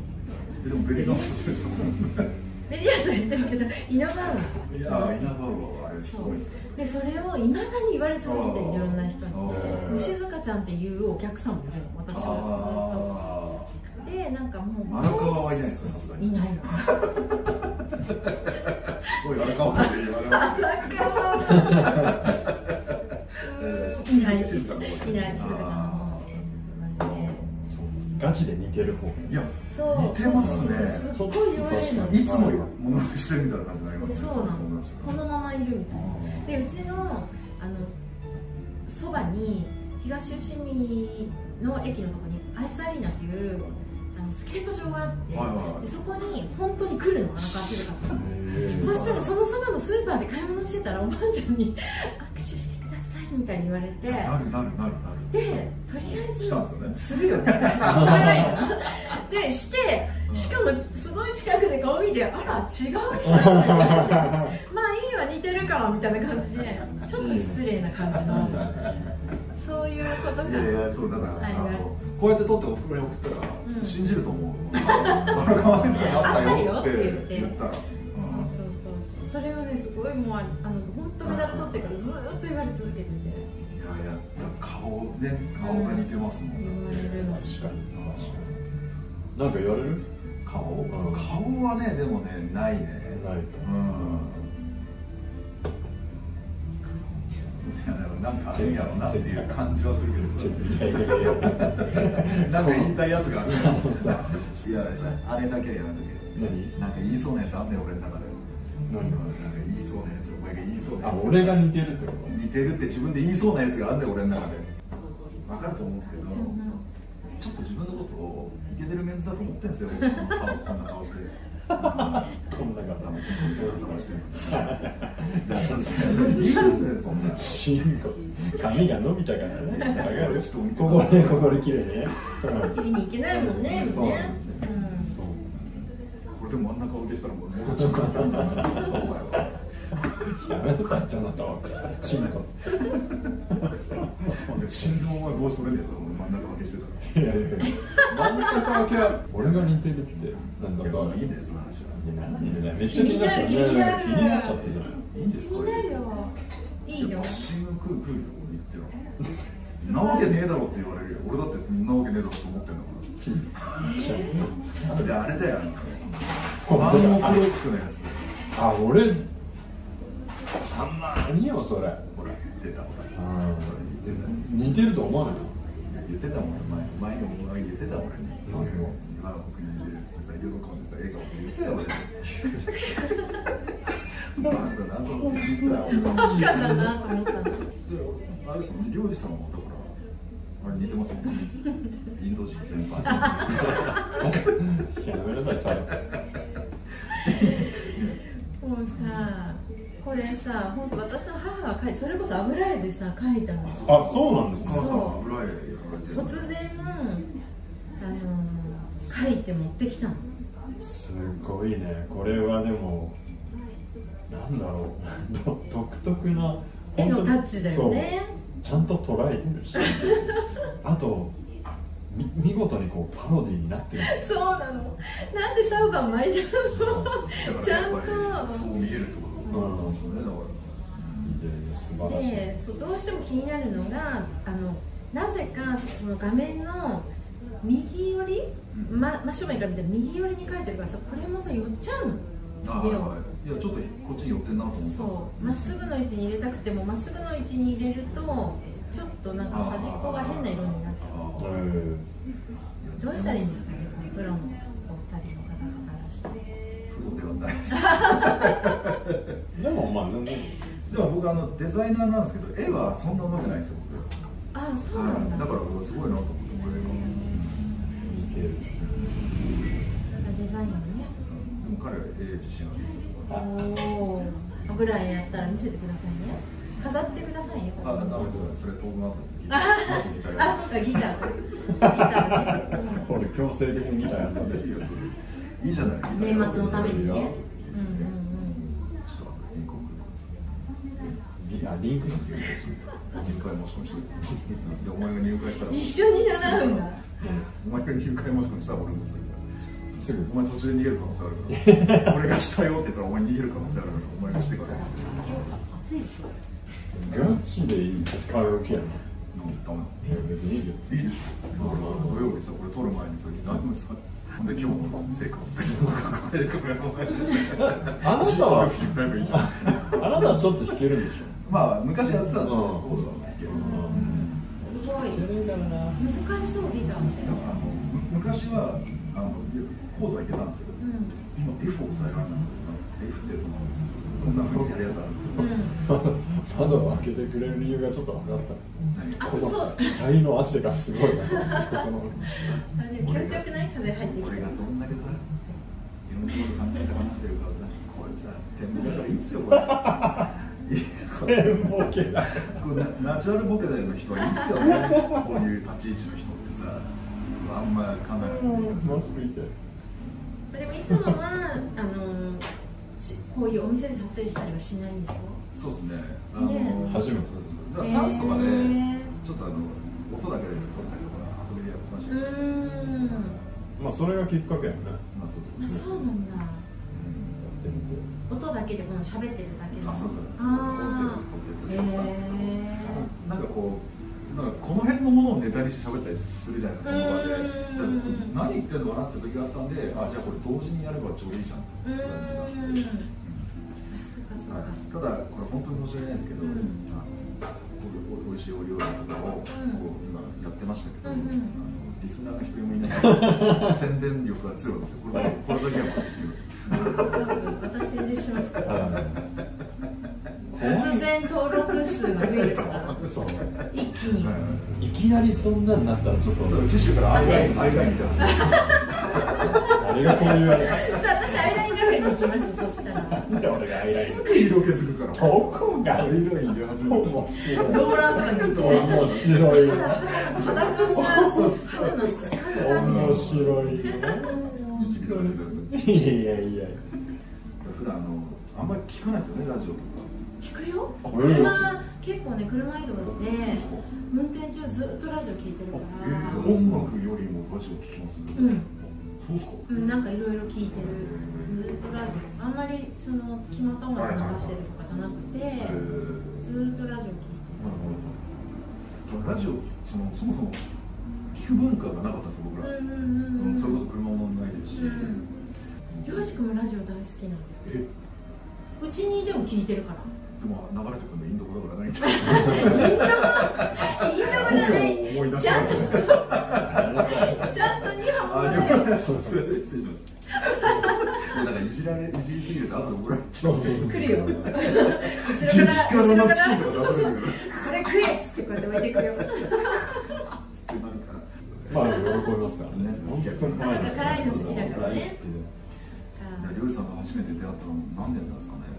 [SPEAKER 1] えでもベリーダンスしてる
[SPEAKER 3] ベリアスは言ってるけどイナバウアーはで
[SPEAKER 1] い
[SPEAKER 3] き
[SPEAKER 1] や
[SPEAKER 3] ま
[SPEAKER 1] ー
[SPEAKER 3] せ
[SPEAKER 1] イナ
[SPEAKER 3] ん
[SPEAKER 1] バウアーはあれすごいですね
[SPEAKER 3] でそれをいまだに言われ続けてるいろんな人に
[SPEAKER 1] あー
[SPEAKER 3] もう静香ちゃんっていうお客さんもいるの私は
[SPEAKER 1] あ
[SPEAKER 3] でなんかもう
[SPEAKER 1] あ荒川はいないですねさすがに
[SPEAKER 3] いないの
[SPEAKER 1] おい荒川って言われました
[SPEAKER 3] いない、いない、静香ちゃんは。
[SPEAKER 2] ガチで似てる方
[SPEAKER 1] いや
[SPEAKER 3] そう、
[SPEAKER 1] 似てますね
[SPEAKER 3] すっごい言われるの。
[SPEAKER 1] いつもものまねしてるみたいな感じになりますね
[SPEAKER 3] そうなの、このままいるみたい
[SPEAKER 1] あ
[SPEAKER 3] な。で、うちの、あの、そばに、東吉見の駅のとこに、アイスアリーナっていう。あの、スケート場があって、
[SPEAKER 1] はいはいはい
[SPEAKER 3] でそこに、本当に来る の、荒川静香さん。そしたらそのそばのスーパーで買い物してたらおばあちゃんに握手してくださいみたいに言われて
[SPEAKER 1] ーなるなるなるなる
[SPEAKER 3] でとりあえず
[SPEAKER 1] したんですよね
[SPEAKER 3] するよね。しょうがないじゃん。で、して、しかもすごい近くで顔見て、あら、 違う人だねまあいいわ、似てるからみたいな感じで、ちょっと失礼な感じの、そういうこと
[SPEAKER 1] いやい
[SPEAKER 3] が。
[SPEAKER 1] やそうだから、
[SPEAKER 3] はい
[SPEAKER 1] あ
[SPEAKER 3] はい
[SPEAKER 1] のこうやって撮っておふくろに送ったら、
[SPEAKER 3] うん
[SPEAKER 1] 信じると思う荒川先生があったよって
[SPEAKER 3] あったよって言って
[SPEAKER 1] 言ったら
[SPEAKER 3] そうそうそう。それはね、すごいもう、あの、本当メダル取ってからずーっと言われ続
[SPEAKER 1] い
[SPEAKER 3] けてて、
[SPEAKER 1] やいや顔ね顔が似てますもん、
[SPEAKER 3] 言われるの。
[SPEAKER 2] 確かになんか言われる
[SPEAKER 1] 顔、
[SPEAKER 2] ん
[SPEAKER 1] 顔はねでもねないね
[SPEAKER 2] ない
[SPEAKER 1] うんいやだからなんかあるんやろうなっていう感じはするけ
[SPEAKER 2] いやいやいや
[SPEAKER 1] どさなんか言いたいやつがあ るなとさいやあれだけやめとけ
[SPEAKER 2] 何
[SPEAKER 1] なんか言いそうなやつあんねん俺の中で
[SPEAKER 2] 何
[SPEAKER 1] なんか言いそうなやつお前が言いそうな
[SPEAKER 2] あ
[SPEAKER 1] やつ
[SPEAKER 2] 俺が似てるってこ
[SPEAKER 1] 似てるって自分で言いそうなやつがあんねん俺の中でわかると思うんですけど、ちょっと自分のことをイケてるメンズだと思ってんすよ、僕この顔こんな顔して、
[SPEAKER 2] とこん
[SPEAKER 1] ダ
[SPEAKER 2] な方
[SPEAKER 1] メチンコみたいな顔して。だからそうだよ、そんな。
[SPEAKER 2] チンコ髪が伸びたからねわかる
[SPEAKER 1] 人を見て
[SPEAKER 2] ここねここで綺麗ねうん
[SPEAKER 3] 切りに行けないもんね、
[SPEAKER 1] そう
[SPEAKER 3] ね。うん
[SPEAKER 2] そう
[SPEAKER 1] これでもあんな顔でしたらもう、もうちょっとだお前は。
[SPEAKER 2] やめなさいってなったわチンコ
[SPEAKER 1] 心臓お前帽子取れるやつだもん、真ん中分けしてた
[SPEAKER 2] いやいやいや真ん中分けは俺が似てるってなんだか
[SPEAKER 1] ら。いや、いい
[SPEAKER 2] い
[SPEAKER 1] んだよ、その話は。
[SPEAKER 2] やなんでだよめっちゃ気になっちゃう
[SPEAKER 3] 気になる
[SPEAKER 2] 気になっちゃってるじゃない
[SPEAKER 1] いいん
[SPEAKER 3] 気
[SPEAKER 1] ですか
[SPEAKER 3] になるよ。いいよ
[SPEAKER 1] バッ。シング食う食うよ、俺言ってよ。なわけねえだろって言われるよ。俺だってそんなわけねえだろって思ってんだから。であれだよ、あの、ワンオクロックのやつだよ、
[SPEAKER 2] あ俺あんま何よそれ
[SPEAKER 1] ほら、出た、ほら、言ってた、
[SPEAKER 2] 似てると思わない
[SPEAKER 1] 言ってたもん、前、前のお前言ってたもんね。
[SPEAKER 2] 何を
[SPEAKER 1] 今の僕に出るっつってさ、喜んでさ、笑顔で言ってたよ、俺。バカだな、と思って言ってたよ、俺。
[SPEAKER 3] バカだなと思ったの。
[SPEAKER 1] あれですもんね、りょうじさんも、だから、あれ似てますもんね。インド人全般に。
[SPEAKER 2] やめなさいさ
[SPEAKER 3] もうさこれさ本当私の母が書いてそれこそ油絵でさ書いたの
[SPEAKER 2] あそうなんです
[SPEAKER 1] お母さんは油絵やられてる。
[SPEAKER 3] 突然あの書いて持ってきたの
[SPEAKER 2] すごいねこれはでもなんだろうど独特な
[SPEAKER 3] 絵のタッチだよね
[SPEAKER 2] そうちゃんと捉えてるしあとみ見事にこうパロディーになってる
[SPEAKER 3] そうなのなんでタオが巻いてる
[SPEAKER 1] だ
[SPEAKER 3] ち
[SPEAKER 1] からや
[SPEAKER 3] ゃ
[SPEAKER 1] っ
[SPEAKER 3] んと
[SPEAKER 1] ぱりそう見えるってこと
[SPEAKER 2] うん
[SPEAKER 1] なんですよねだから
[SPEAKER 2] いやいや素晴らしい、
[SPEAKER 3] でそうどうしても気になるのがあのなぜかその画面の右寄り、
[SPEAKER 1] うん
[SPEAKER 3] ま、真正面から見て右寄りに書いてるからさこれもさ寄っちゃうの
[SPEAKER 1] あはいはいいやちょっとこっちに寄ってんなと思ったんですよ
[SPEAKER 3] そうまっすぐの位置に入れたくてもまっすぐの位置に入れるとちょっとなんか端っこが変な色になっちゃ
[SPEAKER 1] あー
[SPEAKER 3] うどうしたらいいんですかねプロのお二人の方からして
[SPEAKER 1] プロではないです
[SPEAKER 2] うんでもまあ全
[SPEAKER 1] で
[SPEAKER 2] 然
[SPEAKER 1] も僕あのデザイナーなんですけど絵はそんな上手くないですよ
[SPEAKER 3] ああそう
[SPEAKER 1] 僕、
[SPEAKER 3] なんだ
[SPEAKER 1] だからすごいなと思ってこれが、
[SPEAKER 2] いける
[SPEAKER 3] デザインはね
[SPEAKER 1] うんでも彼は絵自信あるんですよ
[SPEAKER 3] おおぐらいやったら見せてくださいね飾ってくださいね
[SPEAKER 1] あ、なるほど、それ当分後です。まず見たい
[SPEAKER 3] あそうかギターギターね、うん
[SPEAKER 2] 俺強制的にギターやって
[SPEAKER 1] いいよそれいいじゃない。
[SPEAKER 3] 年末のために
[SPEAKER 1] い
[SPEAKER 3] ね。うん
[SPEAKER 1] や
[SPEAKER 3] うん
[SPEAKER 1] ちょっとあのリンク送る
[SPEAKER 2] リあリンク
[SPEAKER 1] から入会申し込みしてる。でお前が入会したら
[SPEAKER 3] うん。一緒に習うんだ。
[SPEAKER 1] お前が入会申し込みしたら俺もするから。
[SPEAKER 2] すぐ
[SPEAKER 1] お前途中で逃げる可能性あるから。俺がしたよって言ったらお前逃げる可能性あるからお前がしてから。
[SPEAKER 3] 暑いでしょ。
[SPEAKER 2] ガチでいいカラオケやな
[SPEAKER 1] なんだもん
[SPEAKER 2] いや別にいいけど
[SPEAKER 1] いいでしょ。だから土曜日さ、これ撮る前にさ、何もさ、で今日の成果を作って、これでこれお前
[SPEAKER 2] あなたは
[SPEAKER 1] フィルタイムいいじゃん。
[SPEAKER 2] あなたはちょっと弾けるんでしょ
[SPEAKER 1] まあ昔やってたんだけど、
[SPEAKER 2] うん
[SPEAKER 1] コードは弾ける、
[SPEAKER 3] すごい
[SPEAKER 2] 弾けるからな
[SPEAKER 3] 難しそうギターみたい
[SPEAKER 1] だ
[SPEAKER 3] な。
[SPEAKER 1] からあのむ昔はあのコードはいけたんですけど、
[SPEAKER 3] うん
[SPEAKER 1] 今 F を抑えられなくなった F ってそのこんなふうにやるやつあるんですよ、
[SPEAKER 3] うん。
[SPEAKER 2] 窓を開けてくれる理由がちょっと分かった
[SPEAKER 1] 何
[SPEAKER 3] 暑そう。
[SPEAKER 2] 額の汗がすごいなこ この
[SPEAKER 3] あでも気持ちよくない風入ってき
[SPEAKER 1] 俺が
[SPEAKER 3] た。
[SPEAKER 1] どんだけさいろんなこと考えて話してるからさこれさ天文だからいいんですよこれいや
[SPEAKER 2] えボケだ
[SPEAKER 1] これナナチュラルボケだよの人はいいんですよね こういう立ち位置の人ってさあんま考えなくてもいいからさ
[SPEAKER 2] マスクいて
[SPEAKER 3] でもいつもはあのしこういうお店で撮影したりはしないんでしょ。
[SPEAKER 1] そうですね。あ
[SPEAKER 3] ね
[SPEAKER 1] の
[SPEAKER 2] 初めて
[SPEAKER 1] そうそうそうだからサウスとかで
[SPEAKER 3] へー
[SPEAKER 1] ちょっとあの音だけで撮ったりとか遊びでやってまし
[SPEAKER 3] う
[SPEAKER 1] たけど、ま
[SPEAKER 3] ーん。
[SPEAKER 2] まあそれがきっかけやねやっ
[SPEAKER 1] あそう
[SPEAKER 3] あ
[SPEAKER 1] です
[SPEAKER 3] そうなん
[SPEAKER 1] う
[SPEAKER 3] だ。
[SPEAKER 1] ん
[SPEAKER 2] てみて
[SPEAKER 3] 音だけでこの喋ってるだけで。
[SPEAKER 1] あそうそう。
[SPEAKER 3] あ
[SPEAKER 1] 音
[SPEAKER 3] ー
[SPEAKER 1] 声で撮ってたりとかしたんです
[SPEAKER 3] へ
[SPEAKER 1] けど、なんかこうなんかこの辺のものをネタにして喋ったりするじゃないですかその場で。だ
[SPEAKER 3] う
[SPEAKER 1] から
[SPEAKER 3] ん
[SPEAKER 1] 何言ってんのかなって時があったんで、あじゃあこれ同時にやればちょうどいいじゃんって感
[SPEAKER 3] ーう
[SPEAKER 1] じがして。
[SPEAKER 3] ーん。そうかそう
[SPEAKER 1] はい、
[SPEAKER 3] か。
[SPEAKER 1] ただこれ本当に申し訳ないですけど、
[SPEAKER 3] うん
[SPEAKER 1] あのおおおいしいお料理とかをこう、今やってましたけど、
[SPEAKER 3] うんうん
[SPEAKER 1] あのリスナーが一人もいない宣伝力がゼロですよこれだけこれだけはまず言います
[SPEAKER 3] 私宣伝しますから
[SPEAKER 2] 怖
[SPEAKER 3] 突然登録数が増えるから
[SPEAKER 2] いそう
[SPEAKER 3] 一気に
[SPEAKER 1] はいはい
[SPEAKER 2] きなりそんなんなったらちょっと
[SPEAKER 1] いそう次週からアイラインアイラインだ
[SPEAKER 2] あれがこういうあれ
[SPEAKER 3] じゃあ私アイライン代わりに行きますそしたら
[SPEAKER 2] なんで俺がアイライン
[SPEAKER 1] すぐ色気づくから
[SPEAKER 2] どこが
[SPEAKER 1] アイライン入れ始める
[SPEAKER 2] 面白い
[SPEAKER 3] 動乱とかに行って
[SPEAKER 2] 面白い
[SPEAKER 3] 肌感が肌の質感が
[SPEAKER 2] 面白い
[SPEAKER 1] ニキビとか出てくるんですよ
[SPEAKER 2] いやいやいや
[SPEAKER 1] 普段あのあんまり聞かないですよねラジオとか
[SPEAKER 3] 聞くよ
[SPEAKER 2] あ
[SPEAKER 3] 車結構ね車移動で
[SPEAKER 1] そう
[SPEAKER 3] 運転中ずっとラジオ聞いてるか
[SPEAKER 1] あえ
[SPEAKER 3] ら
[SPEAKER 1] ー音楽よりもラジオ聞きます
[SPEAKER 3] うん
[SPEAKER 1] そうっすか
[SPEAKER 3] うんなんかいろいろ聞いてるずっとラジオあんまりその決まった音楽流してるとかじゃなく
[SPEAKER 1] え
[SPEAKER 3] て
[SPEAKER 1] ー
[SPEAKER 3] ずっとラジオ聞いて
[SPEAKER 1] ラジオそのそもそも聞く文化がなかったんですよ僕ら、
[SPEAKER 3] る
[SPEAKER 1] う
[SPEAKER 3] うんうんうん
[SPEAKER 1] ん、それ
[SPEAKER 3] う
[SPEAKER 1] こ
[SPEAKER 3] ん
[SPEAKER 1] そ車もないですし、
[SPEAKER 3] うんよしくもラジオ大好きなの
[SPEAKER 1] えで
[SPEAKER 3] うちにでも聞いてるから
[SPEAKER 1] も流れてくるのインド語だから何
[SPEAKER 3] インド語じゃない
[SPEAKER 1] 故郷を思い出しながら
[SPEAKER 3] ちゃんと日本語
[SPEAKER 1] あ
[SPEAKER 3] だ
[SPEAKER 1] 了
[SPEAKER 3] よ
[SPEAKER 1] 解です 失礼しましたいやだからいじられいじりすぎると後で怒られちゃう
[SPEAKER 3] 来るよ後ろから
[SPEAKER 1] 激辛
[SPEAKER 3] 後ろ
[SPEAKER 1] の
[SPEAKER 3] か
[SPEAKER 1] チキン
[SPEAKER 3] ら
[SPEAKER 1] とか出されるから
[SPEAKER 3] これ食えっつってこうやって置いてくよ
[SPEAKER 1] つってなるから
[SPEAKER 2] まあ喜びますからね本当に可愛いです
[SPEAKER 3] 辛いの好きだからね
[SPEAKER 1] い
[SPEAKER 2] 大好きで
[SPEAKER 1] や料理さんと初めて出会ったの何年なんですかね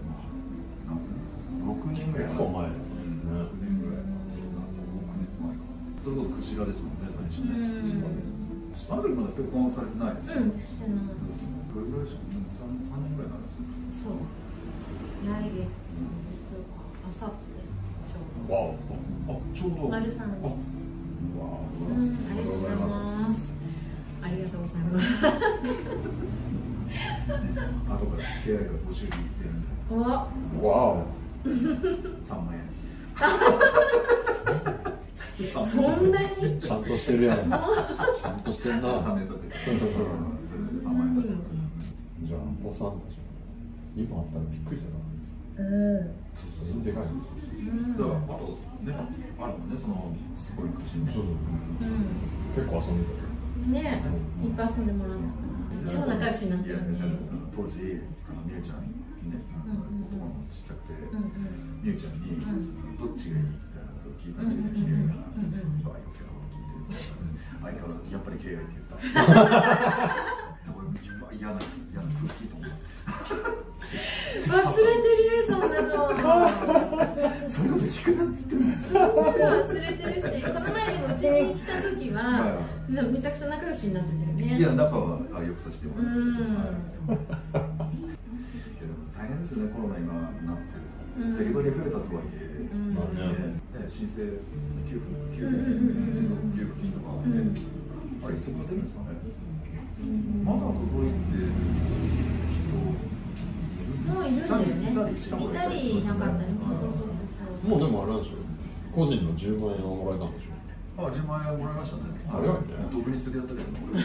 [SPEAKER 1] なんか6年ぐらい前
[SPEAKER 2] 結構前
[SPEAKER 1] うん6年ぐらい前6年前かなそれこそクジラですもんね最初
[SPEAKER 3] う
[SPEAKER 1] ね、
[SPEAKER 3] ん
[SPEAKER 1] あの時まだ結婚されてないですよね。
[SPEAKER 3] うんしてない
[SPEAKER 1] どれぐらいでしょうね。三三年ぐらいになるんですね。
[SPEAKER 3] そう来月福岡あさってちょう
[SPEAKER 2] わお
[SPEAKER 1] あちょうど。
[SPEAKER 3] 丸三年
[SPEAKER 1] あ
[SPEAKER 3] うん、ありがとうございます。ありがとうございます。
[SPEAKER 1] 後から手合が50人いってるんで
[SPEAKER 3] お、あ
[SPEAKER 2] わ
[SPEAKER 1] 3万円
[SPEAKER 3] そんなに。
[SPEAKER 2] おちゃんとしてる やんちゃんとしてんな
[SPEAKER 1] 3年経ってそれで3万円出す
[SPEAKER 2] じゃあおさんたち今あったらびっくりしたな
[SPEAKER 3] うん。
[SPEAKER 2] 全然でかい
[SPEAKER 1] だからあとねあるもんねそのすごい口の
[SPEAKER 2] そう結構遊んでたよ
[SPEAKER 3] うん。ねえ、いっぱい遊んでもらうから。超仲良しになって
[SPEAKER 1] いや
[SPEAKER 3] る
[SPEAKER 1] ね
[SPEAKER 3] ね。
[SPEAKER 1] 当時あのみゆちゃんね男の子ちっちゃくて、
[SPEAKER 3] うんうん。
[SPEAKER 1] みゆちゃんに、どっちがいいみたいなことを聞いたんですよ、きれいな、バイオキャラを聞いて、相変わらず、やっぱり敬愛って言った。俺自分は嫌な、嫌な空気と思っ
[SPEAKER 3] 忘れてるよ、そんなの。
[SPEAKER 1] た。そういうこと聞くなっつってんですよ。
[SPEAKER 3] 忘れてるし、この前でもうちに来た時は、でもめちゃくちゃ仲良しになってたよね。
[SPEAKER 1] いや、仲は、あ、よくさせてもらいました。
[SPEAKER 3] うん
[SPEAKER 1] はいいや、でも、大変ですよね、コロナ今なって、そ
[SPEAKER 3] うん
[SPEAKER 1] のデリバリー増えたとはいえ。
[SPEAKER 3] うん。
[SPEAKER 2] まあ
[SPEAKER 1] ね
[SPEAKER 2] ね
[SPEAKER 1] 申請給付、給
[SPEAKER 3] うんうんうんうん
[SPEAKER 1] 付、給付金とかはね、
[SPEAKER 3] うん
[SPEAKER 1] あれいつも出るんですかね。まだ届いてる人
[SPEAKER 3] もういるんだよね。いたりいなかったり、そうそうそうそう。
[SPEAKER 2] もうでもあれなんでしょ個人の10万円をもらえたんでしょ
[SPEAKER 1] あ、10万円もらいましたね。
[SPEAKER 2] あれはね
[SPEAKER 1] 独立でやったけど、俺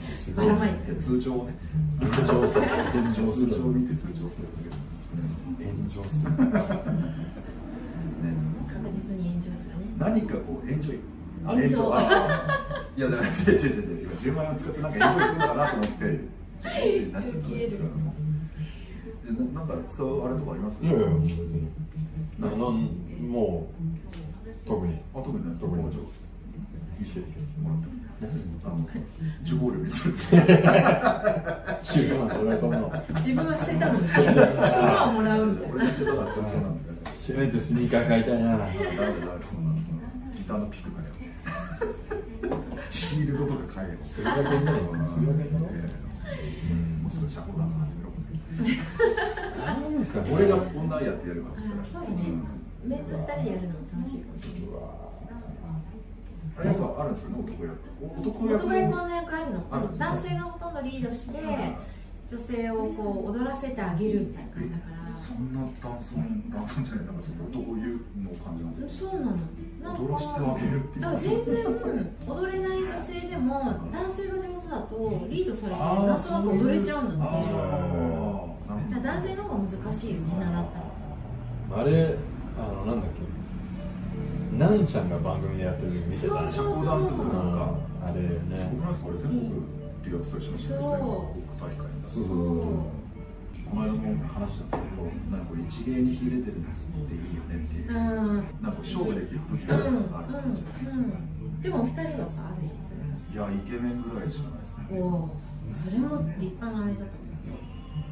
[SPEAKER 2] す
[SPEAKER 3] ばらまいて。
[SPEAKER 1] いや通帳をね、
[SPEAKER 2] 炎上する炎上す
[SPEAKER 1] 通
[SPEAKER 2] る
[SPEAKER 1] 帳を見て通帳するだけなんですね。
[SPEAKER 2] 炎上する
[SPEAKER 1] ね
[SPEAKER 3] 確実に炎上するね。
[SPEAKER 1] 何かこうエンジョイあ
[SPEAKER 3] エンジョイ
[SPEAKER 1] ああいやだから違う違う違う違う今10万円を使ってなんかエンジョイするのかなと思ってエンジョイになっちゃっただけだからでななんか使うあれとかあります
[SPEAKER 2] いやいや別にななんもう特に
[SPEAKER 1] あ特にない
[SPEAKER 2] 特に
[SPEAKER 1] もうちょっ
[SPEAKER 2] いいし
[SPEAKER 1] ともらってあの受講料にするって
[SPEAKER 2] 十分 それとも
[SPEAKER 3] 自分は捨てたのに、人のはもらうみたいな。
[SPEAKER 1] 俺の捨てたから 通帳なんだか
[SPEAKER 2] せめてスニーカー買いたいな
[SPEAKER 1] ら誰だ誰そんなのギターのピク買えよシールドとか買えよ
[SPEAKER 2] それだけになるわなそれだけになるわ
[SPEAKER 1] うんもしくはシャコダンス始めろ
[SPEAKER 2] なんかね
[SPEAKER 1] 俺が女やってやるわそしたら
[SPEAKER 3] そうね。メンズ二人でやるのも楽しいかもしれないう
[SPEAKER 2] わ
[SPEAKER 1] あれやっぱあるんですよね男役男役
[SPEAKER 3] 男役女役ある
[SPEAKER 1] あるんで
[SPEAKER 3] の
[SPEAKER 1] すね
[SPEAKER 3] 男性がほとんどリードして女性をこう踊らせてあげるみたいな感じだから
[SPEAKER 1] そんなダンスンダンスンじゃないなんかその男優の感じなんですよ
[SPEAKER 3] そうなのなんか
[SPEAKER 1] 踊らせてあげるっていう
[SPEAKER 3] だから全然踊れない女性でも男性が上手だとリードされてなんとなく踊れちゃうんだって
[SPEAKER 1] あー
[SPEAKER 3] だから男性の方が難しいよね習った
[SPEAKER 2] あ
[SPEAKER 3] ら
[SPEAKER 2] れあのなんだっけなんちゃんが番組でやってる時見てたね
[SPEAKER 3] そう
[SPEAKER 1] 社交ダンス部なんか
[SPEAKER 2] あれね
[SPEAKER 1] 僕なんかこれ全国留学生しましたよ全国大会だ
[SPEAKER 2] そうそうそう
[SPEAKER 1] この間も話したんですけどなんかこう一芸に秀でてるんですっていいよねっていう
[SPEAKER 3] う
[SPEAKER 1] なん
[SPEAKER 3] んうん
[SPEAKER 1] かこう勝負できる武器があるんじゃないですか
[SPEAKER 3] うんでもお二人はさあれですよね
[SPEAKER 1] いやイケメンぐらいしかないですね
[SPEAKER 3] おおそれも立派なあれだ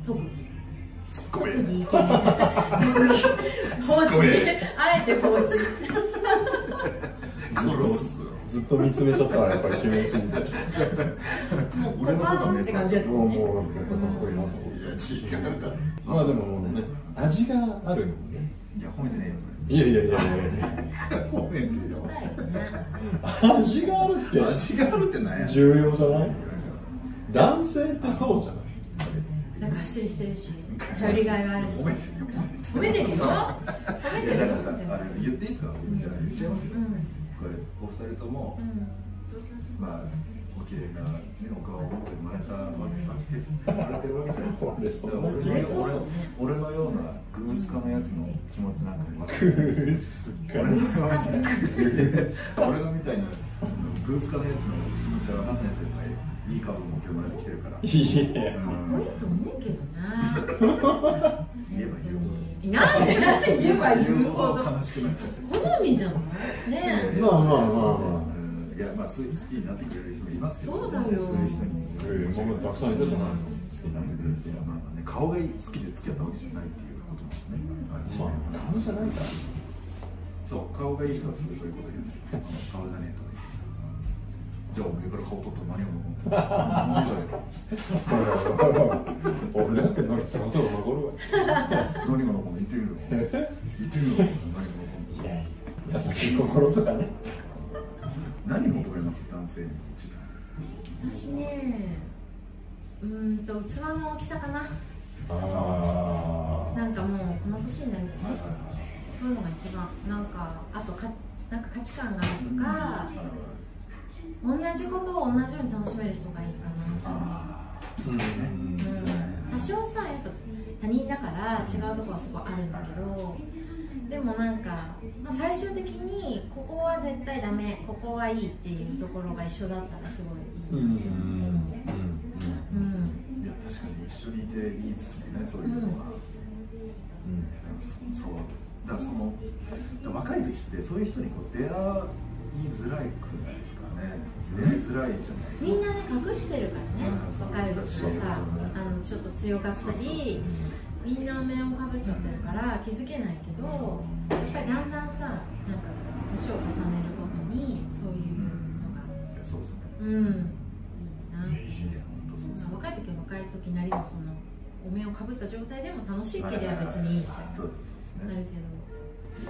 [SPEAKER 3] と思うよ
[SPEAKER 1] すっ
[SPEAKER 3] 特
[SPEAKER 1] ご
[SPEAKER 3] 技特技イケメン放置
[SPEAKER 1] ごい
[SPEAKER 3] あえて放置
[SPEAKER 1] 殺す
[SPEAKER 2] ずっと見つめちゃったらやっぱり決めす ぎて
[SPEAKER 3] もう
[SPEAKER 1] 俺の方が目
[SPEAKER 3] って
[SPEAKER 1] 線
[SPEAKER 3] 感じだった
[SPEAKER 2] もう
[SPEAKER 3] ね
[SPEAKER 2] もうやっぱかっこいいなと思って
[SPEAKER 1] いや違うだろ
[SPEAKER 2] まあでももうね味があるもんね
[SPEAKER 1] いや褒めてねえよ
[SPEAKER 2] いやいやいやいや
[SPEAKER 1] それ褒めてよ
[SPEAKER 3] だよね
[SPEAKER 2] 味がある
[SPEAKER 1] いや
[SPEAKER 2] って
[SPEAKER 1] 違うってなんや
[SPEAKER 2] 重要じゃない男性ってそうじゃない
[SPEAKER 3] なんか走りしてるし頼りがいがあるし
[SPEAKER 1] 褒めてるよ
[SPEAKER 3] 褒めてるよ褒め
[SPEAKER 1] い
[SPEAKER 3] てる
[SPEAKER 1] や
[SPEAKER 3] よ
[SPEAKER 1] だからさあれ言っていいですかじゃあ言っちゃいますよ、
[SPEAKER 3] うん
[SPEAKER 1] これお二人とも、
[SPEAKER 3] うん
[SPEAKER 1] まあお綺麗な、ね、お顔を持って生まれたわけ生まれてるわけじゃないですか
[SPEAKER 2] 俺そ
[SPEAKER 1] だ
[SPEAKER 2] う
[SPEAKER 1] から俺のよう俺俺のようなグースカのやつの気持ちなんか分かる
[SPEAKER 2] うっすか
[SPEAKER 1] 俺のような俺のみたいなグースカのやつの気持ちは分かんないですよやっぱりいい数を持って生まれてきてるから
[SPEAKER 2] いや
[SPEAKER 3] かっこいいと思うけどな
[SPEAKER 1] 言えば言うほど
[SPEAKER 3] なんで言えば言うほど
[SPEAKER 1] 悲しくなっちゃう
[SPEAKER 3] 好みじゃないねえ
[SPEAKER 2] まあまあまあ
[SPEAKER 1] う
[SPEAKER 2] ま
[SPEAKER 1] んいやまあそういう好きになってくれる人もいますけど
[SPEAKER 3] そうだよ
[SPEAKER 1] そういう人に
[SPEAKER 2] あいや僕もたくさんいたじゃないの好きにな
[SPEAKER 1] なんて
[SPEAKER 2] ん
[SPEAKER 1] く
[SPEAKER 2] て
[SPEAKER 1] れる人
[SPEAKER 2] 全
[SPEAKER 1] い
[SPEAKER 2] 然
[SPEAKER 1] やまあまあね顔が好きで付き合ったわけじゃないっていうこともねあるし
[SPEAKER 2] まあ顔じゃないか
[SPEAKER 1] そう顔がいい人はすぐそういうこと言うんですよ顔じゃねえとか言うんですよじゃあお前から顔取ったら何を思うんだよ
[SPEAKER 2] 俺だってなんかそのとこ残るわ
[SPEAKER 1] 何が残るの言ってみろ言ってみろ何が残るの
[SPEAKER 2] いやいや優しい心とかね
[SPEAKER 1] 何求めます男性に一番
[SPEAKER 3] 私ねうーんと器の大きさかな
[SPEAKER 2] あ
[SPEAKER 3] なんかもう眩しいなる
[SPEAKER 1] はいはいはい
[SPEAKER 3] そういうのが一番なんかあとかなんか価値観があるとか、同じことを同じように楽しめる人がいいかな、
[SPEAKER 1] あ
[SPEAKER 2] ーうん
[SPEAKER 3] うん、多少さやっぱ他人だから違うところはそこあるんだけどでもなんか、まあ、最終的にここは絶対ダメここはいいっていうところが一緒だったらすご
[SPEAKER 2] う
[SPEAKER 3] い
[SPEAKER 2] ん
[SPEAKER 3] いいなって思う
[SPEAKER 2] うん
[SPEAKER 3] うん、
[SPEAKER 1] ーいや確かに一緒にいていいですよねそういうのは、そうだからそのだから若い時ってそういう人にこう出会いづらいくないですかね出会いづらいじゃないですか
[SPEAKER 3] みんなね隠してるからね
[SPEAKER 1] うん
[SPEAKER 3] 若い時って
[SPEAKER 1] そう
[SPEAKER 3] さあのちょっと強かっ
[SPEAKER 1] そう
[SPEAKER 3] た
[SPEAKER 1] そうそう
[SPEAKER 3] りみんな面をかぶっちゃってるから気づけないけどやっぱりだんだんさなんか年を重ねるごとにそういうのが
[SPEAKER 1] いやそうですね
[SPEAKER 3] うんいいない
[SPEAKER 1] や本当そうです
[SPEAKER 3] 若い時は若い時なりのそのお面をかぶった状態でも楽しいければ別にいいみたい
[SPEAKER 1] そうですそうです
[SPEAKER 3] なな
[SPEAKER 1] ね
[SPEAKER 3] るけ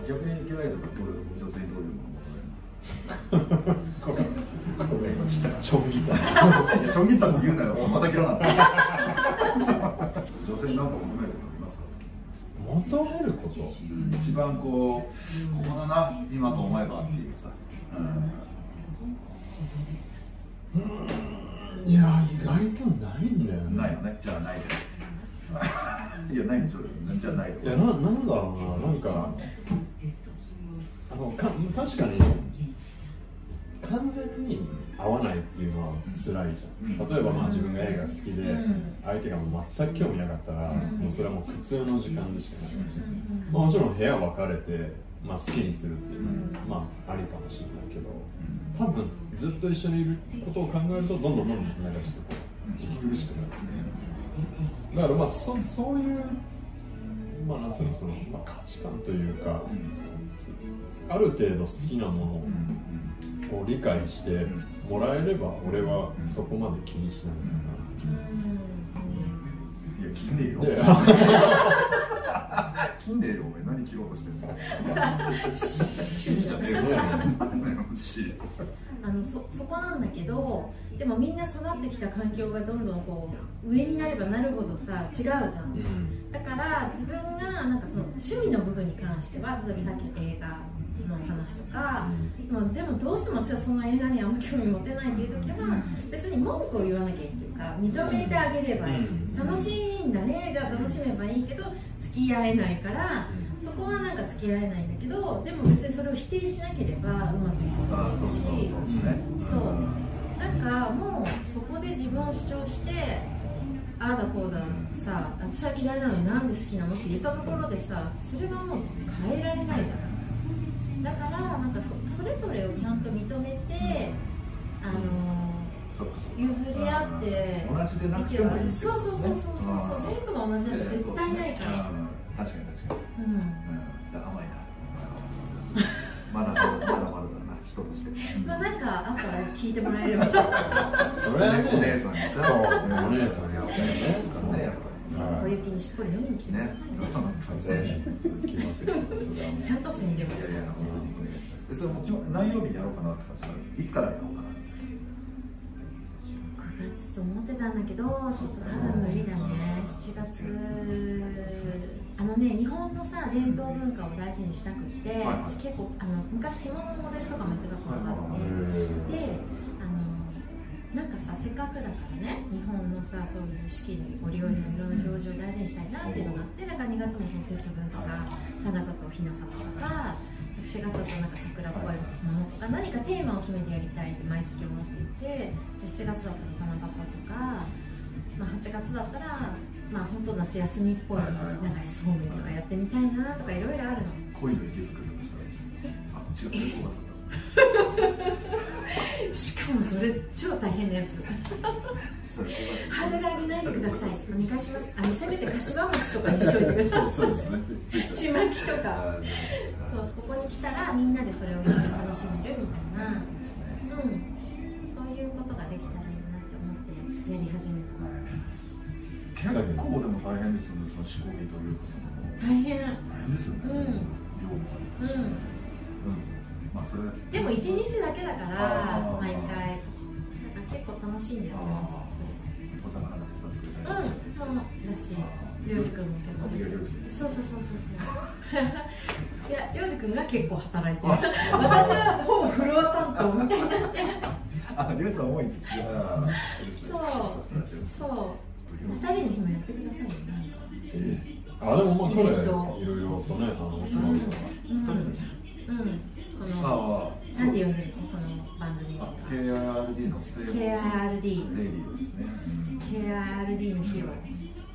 [SPEAKER 1] 逆にギャライとかどういう女性にどういうものを求めるの
[SPEAKER 2] これ今来たちょんぎた
[SPEAKER 1] いやちょんぎったって言うなよ、また切らなかった。女性に何か求めることありますか。
[SPEAKER 2] 求めること
[SPEAKER 1] 一番こう、ここだな、今と思えばっていうさ。うん
[SPEAKER 2] いや意外とないん だよね
[SPEAKER 1] ないよね、じゃあないで。いや、ないんでしょうね、じゃあない
[SPEAKER 2] いや
[SPEAKER 1] で。
[SPEAKER 2] ななんだろうななんかあのか確かに完全に合わないっていうのは辛いじゃん例えばまあ自分が映画好きで相手が全く興味なかったらもうそれはもう苦痛の時間でしかない、まあ、もちろん部屋分かれて、まあ、好きにするっていうのはまあありかもしれないけど多分ずっと一緒にいることを考えるとどんどんどんどんなんかちょっとこう息苦しくなるだからまあそそういうまあなんつうのその、まあ、価値観というかある程度好きなものを理解してもらえれば俺はそこまで気にしない
[SPEAKER 3] どうん
[SPEAKER 1] いや、切んねえよ。
[SPEAKER 2] かなで
[SPEAKER 1] 切んねえよ、お前、何切ろうとしてんの。死んじゃねえよ。なんだよ、し。
[SPEAKER 3] あのそそこなんだけどでもみんな育ってきた環境がどんどんこう上になればなるほどさ違うじゃん
[SPEAKER 2] うん
[SPEAKER 3] だから自分がなんかその趣味の部分に関しては例えばさっきの映画の話とか、まあ、でもどうしても私はその映画にはあんま興味持てないっていう時は別に文句を言わなきゃいいっていうか認めてあげればいい、
[SPEAKER 2] うん
[SPEAKER 3] 楽しいんだねじゃあ楽しめばいいけど付き合えないからそこはなんか付き合えないんだけどでも別にそれを否定しなければうまくいくと
[SPEAKER 1] ああ、そう
[SPEAKER 3] 思
[SPEAKER 1] そう、そう
[SPEAKER 3] うし
[SPEAKER 1] ですね。
[SPEAKER 3] なんかもうそこで自分を主張してああだこうださ私は嫌いなのになんで好きなのって言ったところでさそれはもう変えられないじゃんだからなんかそそれぞれをちゃんと認めてあの
[SPEAKER 1] そうか、そうか。
[SPEAKER 3] 譲り合って
[SPEAKER 1] 同じでなくてもいいってことですね
[SPEAKER 3] そうそうそうそうそう
[SPEAKER 1] あー
[SPEAKER 3] そう全部が同じなんて絶対ないから、
[SPEAKER 1] うん確かに確かに
[SPEAKER 3] うん
[SPEAKER 1] うん甘いなまだまだまだまだだな人として
[SPEAKER 3] まあなんかあったら聞いてもらえ れば小
[SPEAKER 2] それは
[SPEAKER 1] お姉
[SPEAKER 2] ね
[SPEAKER 1] さんにさ
[SPEAKER 2] そうお姉さん
[SPEAKER 1] や
[SPEAKER 2] が
[SPEAKER 1] っ
[SPEAKER 2] 好
[SPEAKER 1] ぱり
[SPEAKER 2] き
[SPEAKER 1] ね
[SPEAKER 2] ですから
[SPEAKER 1] やっ
[SPEAKER 2] ねは
[SPEAKER 3] 雪にしっぽり飲みに来
[SPEAKER 1] ぱ
[SPEAKER 3] て
[SPEAKER 1] り
[SPEAKER 3] くだ
[SPEAKER 1] ね
[SPEAKER 3] さい
[SPEAKER 2] ぜひ行きますよそれはもう
[SPEAKER 3] ちゃんと宣伝も
[SPEAKER 1] いやいや本当にお願いしますでそれもちろん何曜日にやろうかなって感じなんですいつからやろうかな
[SPEAKER 3] 9月と思ってたんだけどちょっと多分無理だね7月あのね日本のさ伝統文化を大事にしたくって、
[SPEAKER 1] いはい
[SPEAKER 3] 私結構あの昔着物のモデルとかもやってたことがあ
[SPEAKER 1] はい
[SPEAKER 3] って、であのなんかさせっかくだからね日本のさそういう四季に折々のいろんな表情を大事にしたいなっていうのがあってだから2月もその節分とか3月だとおひな様とか4月だとなんか桜っぽいものとか何かテーマを決めてやりたいって毎月思っていてで7月だったら七夕とか、まあ、8月だったらまあ本当夏休みっぽい
[SPEAKER 1] はい
[SPEAKER 3] な
[SPEAKER 1] は
[SPEAKER 3] ん
[SPEAKER 1] いはい
[SPEAKER 3] かそうめんとかやってみたいなとかいろいろあるの。
[SPEAKER 1] 恋の息づくりとかしたらいいんじゃないですかあ違うそれ5月だ
[SPEAKER 3] しかもそれ超大変なやつ。
[SPEAKER 1] ったそれ5月
[SPEAKER 3] ハードル上げないでください。お願いします。あのせめて柏餅とかにしといてください。
[SPEAKER 1] そうですね失礼しまし
[SPEAKER 3] ちまきと
[SPEAKER 1] た
[SPEAKER 3] か。
[SPEAKER 1] あー
[SPEAKER 3] そう、ここに来たらみんなでそれを一緒に楽しめるみたいな。
[SPEAKER 1] いいですね
[SPEAKER 3] うん。そういうことができたらいいなって思ってやり始めた。
[SPEAKER 1] 結構でも大変ですよね、その仕込みというか、その。
[SPEAKER 3] 大変。
[SPEAKER 1] あれですよね。
[SPEAKER 3] うん
[SPEAKER 1] 量もある
[SPEAKER 3] うん。
[SPEAKER 1] まあそれ
[SPEAKER 3] でも1日だけだから
[SPEAKER 1] あー
[SPEAKER 3] 毎回なんか結構楽しいんだよね
[SPEAKER 1] あお魚が手伝ってくれたりして
[SPEAKER 3] うんそうだしりょうじくんも結
[SPEAKER 1] そ
[SPEAKER 3] 構
[SPEAKER 1] の時はりょうじくん
[SPEAKER 3] そうそうそうそうそういやりょうじくんが結構働いてる私はほぼフロア担当みたいになって
[SPEAKER 1] ありょうさん多いんですね
[SPEAKER 3] そうそうお二人の日もやってくださいよなんか
[SPEAKER 2] あでもまあこれい
[SPEAKER 3] イベ
[SPEAKER 2] ろ
[SPEAKER 3] ン
[SPEAKER 2] い
[SPEAKER 3] ト
[SPEAKER 2] ろとねあのつまみとか
[SPEAKER 3] うん、うん、この
[SPEAKER 1] あ
[SPEAKER 3] なんて呼んでるのこの番組
[SPEAKER 1] あ KRD のステーブル
[SPEAKER 3] KRD
[SPEAKER 1] レディーですね、
[SPEAKER 3] KRD の日を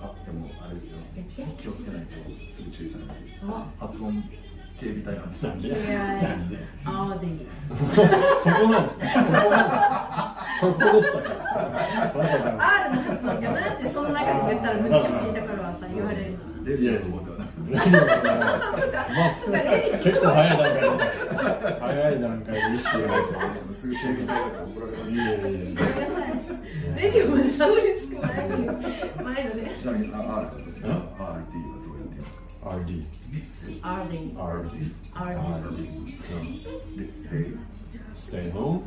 [SPEAKER 1] あでもあれですよ
[SPEAKER 3] やって
[SPEAKER 1] 気をつけないとすぐ注意されますよ
[SPEAKER 3] あ
[SPEAKER 1] 発音警備隊なんで
[SPEAKER 2] なんで
[SPEAKER 3] KRD
[SPEAKER 2] そこなんですねそこなんですそこでしたかわざわ
[SPEAKER 3] R の発音がなんでその中で言ったら難しいところはさ言われるの
[SPEAKER 1] レディーの方ではなく
[SPEAKER 2] ざ何を言っても
[SPEAKER 3] そうかレディー
[SPEAKER 2] 結構早い段階で早い段階で意識がい
[SPEAKER 1] てすぐ警備隊だから怒られます
[SPEAKER 2] いいえいい
[SPEAKER 3] ごめんなさいレディーまでたどり着く前に前のね
[SPEAKER 1] ちなみにあ R だと RD はどうやっていますか
[SPEAKER 2] RD
[SPEAKER 3] RD
[SPEAKER 2] RD
[SPEAKER 3] RD
[SPEAKER 1] Let's stay
[SPEAKER 2] Stay home
[SPEAKER 1] home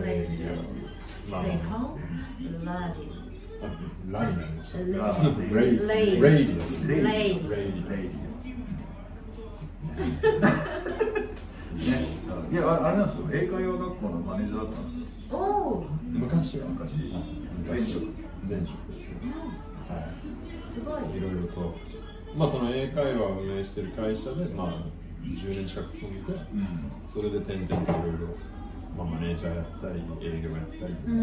[SPEAKER 1] radio
[SPEAKER 2] Radio まあ
[SPEAKER 3] Stay home Love
[SPEAKER 2] ラインになりました
[SPEAKER 3] you
[SPEAKER 1] あ
[SPEAKER 2] Radio
[SPEAKER 3] Lay
[SPEAKER 2] Radio
[SPEAKER 3] Lay
[SPEAKER 2] Radio
[SPEAKER 1] radio ねいやあれなんですよ英会話学校のマネージャーだったんですよ
[SPEAKER 3] おお
[SPEAKER 2] 昔は
[SPEAKER 1] 昔前職
[SPEAKER 2] 前職ですよは
[SPEAKER 3] すご
[SPEAKER 2] いい
[SPEAKER 3] い
[SPEAKER 2] ろいろとまあその英会話を運営してる会社でまあ10年近く勤め
[SPEAKER 1] う
[SPEAKER 2] て
[SPEAKER 1] ん
[SPEAKER 2] それで転々といろいろまあマネージャーやったり営業やったりと
[SPEAKER 3] うー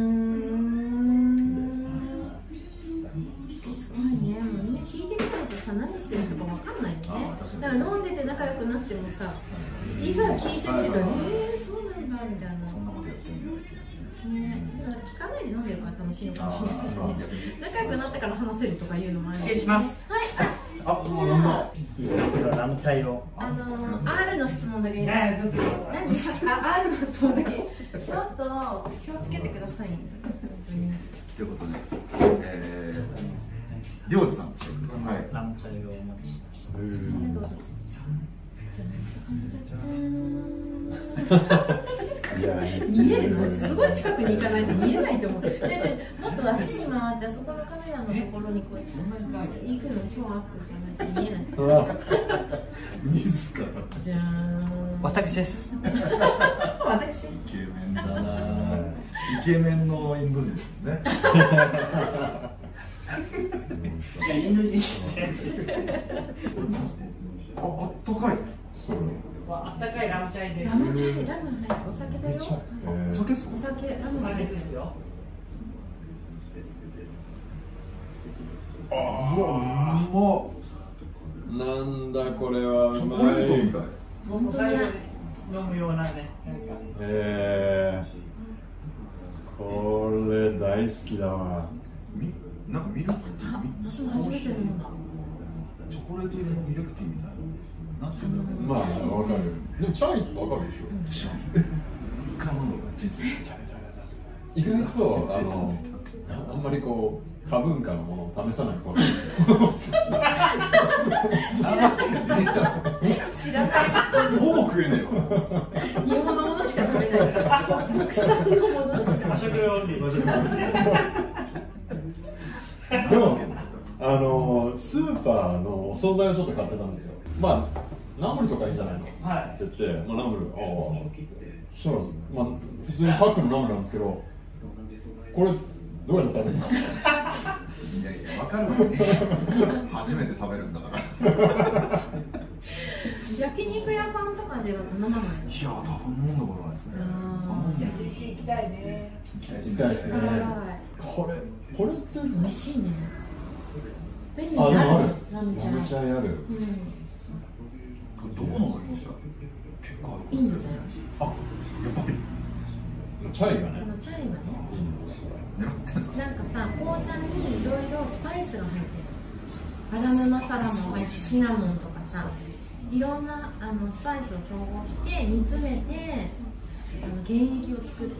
[SPEAKER 2] か
[SPEAKER 3] んすごいね、もうみんな聞いてみないとさ、何してるのかわかんないよね
[SPEAKER 1] あ確か。に
[SPEAKER 3] だから飲んでて仲良くなってもさ、いざ聞いてみると、えー、そうなんだみたいな。
[SPEAKER 1] そんなことやってんだよって
[SPEAKER 3] ね、だから聞かないで飲んでるから楽しいのかもしれないし
[SPEAKER 1] あ
[SPEAKER 3] ね。仲良くなったから話せるとかいうのもある。
[SPEAKER 4] 失礼します。
[SPEAKER 3] はい、
[SPEAKER 4] あ、もう飲んだ。ラムチャイを。
[SPEAKER 3] あ、あのー、R の質問だけいい。
[SPEAKER 4] ええ、ちょっと。
[SPEAKER 3] 何、あ、R の質問だけ。ちょっと気をつけてくださいね。
[SPEAKER 1] ということで、えー、りょうじさんですね。はい。
[SPEAKER 4] ラムチャイをお持ちしまし
[SPEAKER 2] う
[SPEAKER 3] あり
[SPEAKER 2] ん
[SPEAKER 3] がとうございます。じゃじゃじゃじゃじゃ
[SPEAKER 2] いやいい
[SPEAKER 3] ーん。見れるのすごい近くに行かないと見れないと思う。じゃあじゃあもっと足に回ってあそこのカメラのところにこうなんか行くの超アップじゃないと見えな
[SPEAKER 1] 自
[SPEAKER 3] い。
[SPEAKER 1] ら。
[SPEAKER 3] じゃーん。
[SPEAKER 4] た。私です。
[SPEAKER 3] 私。
[SPEAKER 1] イケメンだな。イケメンのインド人ですね。
[SPEAKER 4] いや、インド人ですね。
[SPEAKER 1] あ、あったかい。
[SPEAKER 2] そうよ
[SPEAKER 4] あったかいラムチャイで
[SPEAKER 3] ラムチャイラムねお酒だよ。
[SPEAKER 2] え
[SPEAKER 1] お
[SPEAKER 2] ー
[SPEAKER 1] 酒っすか
[SPEAKER 3] お。酒ラム
[SPEAKER 4] お
[SPEAKER 3] だ
[SPEAKER 4] 酒
[SPEAKER 3] け
[SPEAKER 4] ですよ。
[SPEAKER 1] うわ、うまっ。
[SPEAKER 2] なんだこれは
[SPEAKER 1] チ
[SPEAKER 2] う
[SPEAKER 1] ョ
[SPEAKER 2] ま
[SPEAKER 1] コレートみたい。
[SPEAKER 3] 本
[SPEAKER 4] お
[SPEAKER 3] 当に
[SPEAKER 4] 酒で飲むようなね。なんか
[SPEAKER 2] えー、これ大好きだわ
[SPEAKER 1] み、なんかミルクティー。み
[SPEAKER 3] 私も初めて飲んだ。
[SPEAKER 1] チョコレート入りのミルクティーみたいな。なんていうんだろうね。
[SPEAKER 2] まあわかるでもチャイってわかるでし
[SPEAKER 1] 一回飲んだ人生。
[SPEAKER 2] ょ意外とあのあんまりこう多文化のものを試さない子なんですよ
[SPEAKER 3] 知らない。
[SPEAKER 1] ほぼ食えねえわ。
[SPEAKER 3] 日本のものしか食べない から。国産のものしか。
[SPEAKER 4] 和食料理。
[SPEAKER 1] マジで食えね
[SPEAKER 2] でもあのスーパーのお惣菜をちょっと買ってたんですよまあナムルとかいいんじゃないのって
[SPEAKER 4] は
[SPEAKER 2] 言って、まあ、ナムルああ
[SPEAKER 4] い。大きくて。
[SPEAKER 2] そうなんですよまあ、普通にパックのナムルなんですけど、これ、どうやって食べるんですか
[SPEAKER 1] え。いやいや、わかるわけねえよ初めて食べるんだから。い
[SPEAKER 3] 焼肉屋さんとかでは飲
[SPEAKER 1] や、多分
[SPEAKER 3] まない。
[SPEAKER 1] 飲んだことないですね。
[SPEAKER 3] あ
[SPEAKER 4] 焼き肉行きたいね。
[SPEAKER 1] 行きたい
[SPEAKER 2] 行きたいですね
[SPEAKER 3] 辛い。
[SPEAKER 2] これ、これって、
[SPEAKER 3] 美味しいね。メニュ
[SPEAKER 2] あ、
[SPEAKER 3] ー
[SPEAKER 2] でも
[SPEAKER 3] に
[SPEAKER 2] あ
[SPEAKER 3] ある
[SPEAKER 2] る。
[SPEAKER 3] ラムちゃん。
[SPEAKER 2] ラムチャイある。
[SPEAKER 3] うん。
[SPEAKER 1] どこの時ですか結構ある
[SPEAKER 3] いいんですよ。
[SPEAKER 1] あやばい
[SPEAKER 2] チャイが
[SPEAKER 3] あ
[SPEAKER 2] ね、
[SPEAKER 3] のチャイはね、
[SPEAKER 2] いいんだ
[SPEAKER 1] 狙
[SPEAKER 2] よ
[SPEAKER 1] ってんですか
[SPEAKER 3] なんかさ、紅茶にいろいろスパイスが入ってる。ガラムマサラも入って、シナモンとかさ、いろんなあのスパイスを調合して煮詰めて、あの原液を作ってる。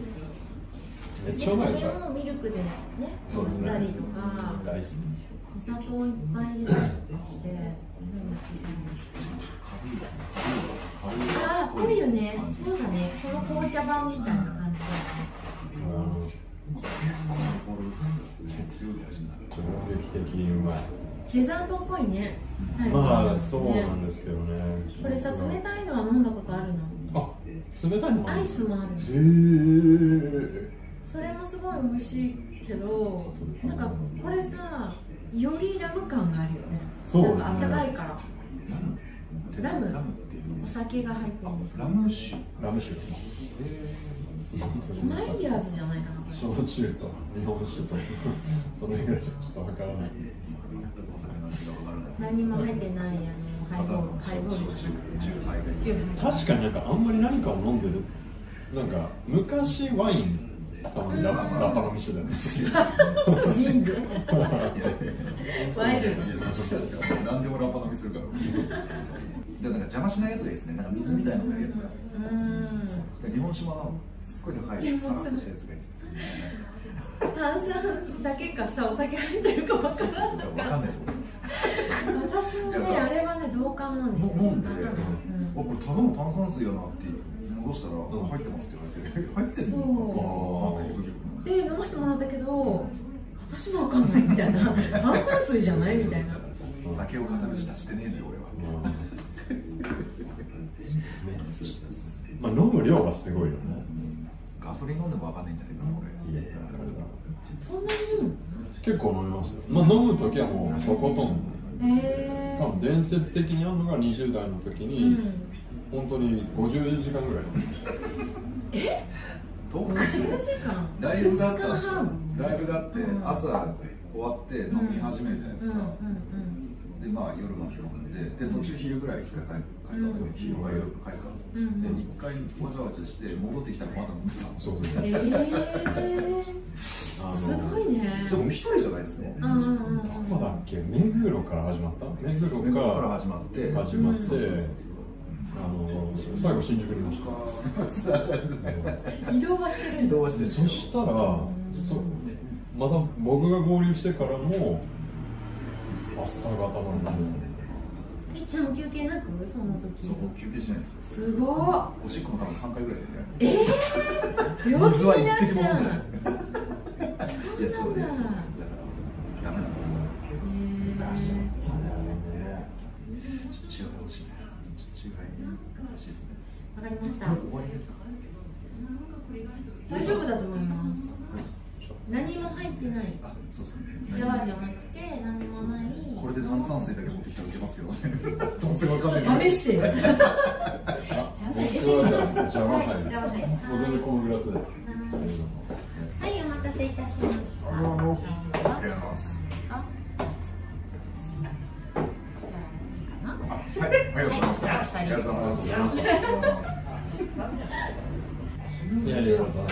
[SPEAKER 2] めっちゃうまいでしょ
[SPEAKER 3] それをミルクでね
[SPEAKER 2] そうです
[SPEAKER 3] 飲ん
[SPEAKER 2] ね
[SPEAKER 3] だりとか
[SPEAKER 2] 大好き
[SPEAKER 3] お砂糖いっぱい入れたりとかして、うんあー濃いよねそうだねその紅茶版みたいな感じだ
[SPEAKER 2] 衝撃的にうまい
[SPEAKER 3] ねデザートっぽいね最後
[SPEAKER 2] まあそうなん
[SPEAKER 3] ね
[SPEAKER 2] ですけどね
[SPEAKER 3] これさ冷たいのは飲んだことあるの
[SPEAKER 2] あ冷たいのもあ
[SPEAKER 3] ア
[SPEAKER 2] る
[SPEAKER 3] イスもある
[SPEAKER 2] へー
[SPEAKER 3] それもすごい美味しいけどなんかこれさよりラム感があるよね
[SPEAKER 2] そうですね
[SPEAKER 3] なんかあったかいからラム
[SPEAKER 1] ラムっていうの
[SPEAKER 3] お酒が入ってるんです
[SPEAKER 1] あラム酒
[SPEAKER 2] ラム酒
[SPEAKER 3] マイヤーズじゃないかなこれ
[SPEAKER 2] 焼酎と日本酒とその辺がちょっとわからない
[SPEAKER 1] 全くお酒の味がわからない
[SPEAKER 3] 何も入ってないあのハイボールハイボールじゃなくて
[SPEAKER 1] 酎ハイが
[SPEAKER 3] チューブ
[SPEAKER 2] 確かになんかあんまり何かを飲んでるなんか昔ワインたまにララッパ飲みしてたんですよ
[SPEAKER 3] ジングワイルド
[SPEAKER 1] いやそしたら何でもラッパ飲みするからでもなんか邪魔しないやつがいいですねなんか水みたいなのがいいやつが
[SPEAKER 3] うーん
[SPEAKER 1] で日本酒もあのすっごい高いさらっとしたやつがいい
[SPEAKER 3] 炭酸だけかさお酒入ってるかわか
[SPEAKER 1] そう
[SPEAKER 3] ら
[SPEAKER 1] そう
[SPEAKER 3] ない
[SPEAKER 1] そうわかんないです
[SPEAKER 3] 私も
[SPEAKER 1] いや
[SPEAKER 3] ね
[SPEAKER 1] さ
[SPEAKER 3] あれはね同感なんですよ
[SPEAKER 1] 飲んで、
[SPEAKER 3] うん
[SPEAKER 1] あこれただの炭酸水やなって戻したら、入ってますって言われてえ入ってんの
[SPEAKER 2] そ
[SPEAKER 1] あーな
[SPEAKER 2] う
[SPEAKER 1] んかよく
[SPEAKER 3] で飲ませてもらったけど私もわかんないみたいな炭酸水じゃないみたいな
[SPEAKER 1] だからさ酒を語る舌してねえのよ俺は
[SPEAKER 2] まあまあ飲む量がすごいよね
[SPEAKER 1] ガソリン飲んでもわかんないんじゃないかな俺
[SPEAKER 3] そんなにいいの
[SPEAKER 2] 結構飲みますよまあ飲む時はもうとことん
[SPEAKER 3] え
[SPEAKER 2] 多分伝説的にあるのが20代の時
[SPEAKER 3] ー、う
[SPEAKER 2] に、
[SPEAKER 3] ん
[SPEAKER 2] 本当に50時間ぐらい飲んで
[SPEAKER 1] 東北
[SPEAKER 3] 10時間
[SPEAKER 1] ライブがあったんです
[SPEAKER 3] 半
[SPEAKER 1] よライブがあって
[SPEAKER 3] うん
[SPEAKER 1] 朝終わって飲み始めるじゃないで
[SPEAKER 3] うん
[SPEAKER 1] す
[SPEAKER 3] うん
[SPEAKER 1] か、でまあ夜まで飲んでで途中昼ぐらい帰った帰った後に昼から夜帰ったんですよ、
[SPEAKER 3] うん
[SPEAKER 1] で一回わちゃわちゃして戻ってきたらまだ飲んでたんです
[SPEAKER 2] そう
[SPEAKER 1] よ
[SPEAKER 2] です
[SPEAKER 3] うんえ
[SPEAKER 2] ね
[SPEAKER 3] ー、
[SPEAKER 2] あの
[SPEAKER 3] すごいね
[SPEAKER 1] でも一人じゃないですね、
[SPEAKER 3] うんうんうん
[SPEAKER 2] どこだっけ目黒から始まった目黒
[SPEAKER 1] でここか
[SPEAKER 2] からら
[SPEAKER 1] 始まって
[SPEAKER 2] 始まって、
[SPEAKER 1] そうそうそう
[SPEAKER 2] あの最後新宿にいました
[SPEAKER 1] そう
[SPEAKER 3] 移動はしてる
[SPEAKER 1] 移
[SPEAKER 3] んだ
[SPEAKER 1] 動はして
[SPEAKER 2] でそしたらそまた僕が合流してからも朝方まで飲んで
[SPEAKER 3] いつも休憩なくその
[SPEAKER 1] そ
[SPEAKER 3] 時
[SPEAKER 1] こ休憩しないんですよ
[SPEAKER 3] すごっ
[SPEAKER 1] おしっこも多分3回ぐらい出てない
[SPEAKER 3] えー、病気
[SPEAKER 1] 水は
[SPEAKER 3] に
[SPEAKER 1] 一
[SPEAKER 3] なっ
[SPEAKER 1] 滴
[SPEAKER 3] ち
[SPEAKER 1] も飲
[SPEAKER 3] ゃ
[SPEAKER 1] ん
[SPEAKER 3] う
[SPEAKER 1] でないいやそうですそうですだからダメなんですよ
[SPEAKER 3] えー
[SPEAKER 2] たね
[SPEAKER 1] 中華欲しいね中華欲しいですね
[SPEAKER 3] わかりました
[SPEAKER 1] 終わりですか
[SPEAKER 3] 大丈夫だと思います何も入ってない
[SPEAKER 1] あそうですね
[SPEAKER 3] ジャーじゃなくて何もない
[SPEAKER 1] これで炭酸水だけ持ってきたら受けますけどねどうせわかんない
[SPEAKER 3] 試してよ。じゃあ、
[SPEAKER 2] 僕はじゃあ邪魔
[SPEAKER 3] はい、
[SPEAKER 2] 杯
[SPEAKER 3] じゃあ、はい、
[SPEAKER 2] もう全然このグラスで
[SPEAKER 3] はい、お待たせいたしました。
[SPEAKER 1] ありがとうございあ
[SPEAKER 3] あ
[SPEAKER 1] りがとうございますあはいありがとうございましたありがとうございますありがとうございます
[SPEAKER 2] いやいろいろとね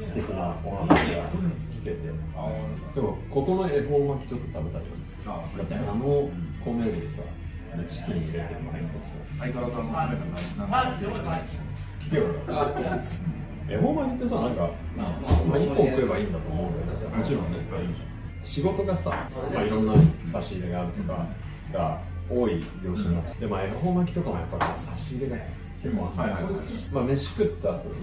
[SPEAKER 2] 素敵なお話が聞けてでもここの恵方巻きちょっと食べたいよね
[SPEAKER 1] あ
[SPEAKER 2] だってあの米でさチキン入れてもらいます
[SPEAKER 1] 相変わらずあのカメラがなんか出てきてない
[SPEAKER 2] 聞けよ恵方巻きってさなんかまあ一本食えばいいんだと思うんだけどもちろんね仕事がさ、まあ、いろんな差し入れがあるとかが多い業種の、でまあ恵方巻きとかもやっぱり差し入れが結構あ
[SPEAKER 1] は
[SPEAKER 2] っ
[SPEAKER 1] い
[SPEAKER 2] て、
[SPEAKER 1] はいはい
[SPEAKER 2] まあ飯食った後に、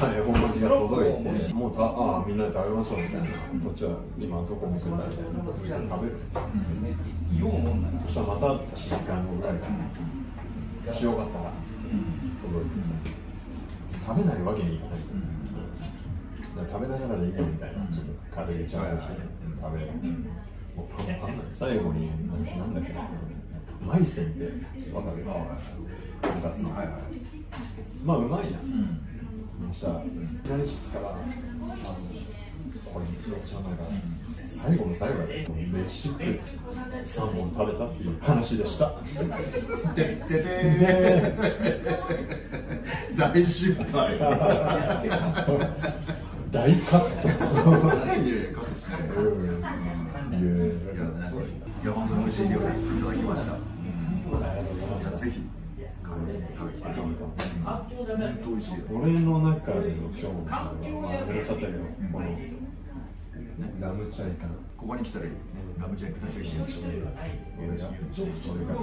[SPEAKER 2] まあ、恵方巻きが届いてもうたああみんなで食べましょうみたいなこっちは今どこも食ったみたいな食べる
[SPEAKER 5] 言おうもんなんですよ
[SPEAKER 2] そしたらまた1時間後ぐらいかなしよかったら届いてさ食べないわけにいかないじゃんだから食べながらでいいやみたいなちょっと軽いチャレンジで食べるもうパンパンなの最後にななんだっけなマイセンってわかるとんかつの
[SPEAKER 1] はいはい
[SPEAKER 2] まあうまいな
[SPEAKER 1] うん
[SPEAKER 2] そしたら左室からあのこれめっちゃうまいから最後の最後だね飯食って3本食べたっていう話でした
[SPEAKER 1] でででー大失敗いや
[SPEAKER 2] 大カット。
[SPEAKER 1] いやカットしないいや、なんかいや本当に美味しい料理いただきました。いや、ぜひ、カレー食べてきてください。本美味しいよ
[SPEAKER 2] 俺の中での今日のまあ忘れちゃったけど、このラムチャイかな。
[SPEAKER 1] ここに来たらいいよねラムチャイクタチャイク俺が俺が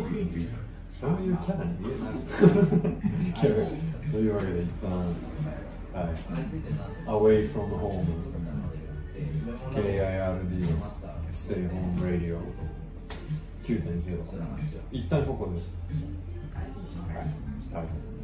[SPEAKER 1] 次に
[SPEAKER 2] そういうキャラに見えない。キャラというわけで一旦、はい、Away from Home KIRD Stay Home Radio 9.0一旦ここで。はい。はい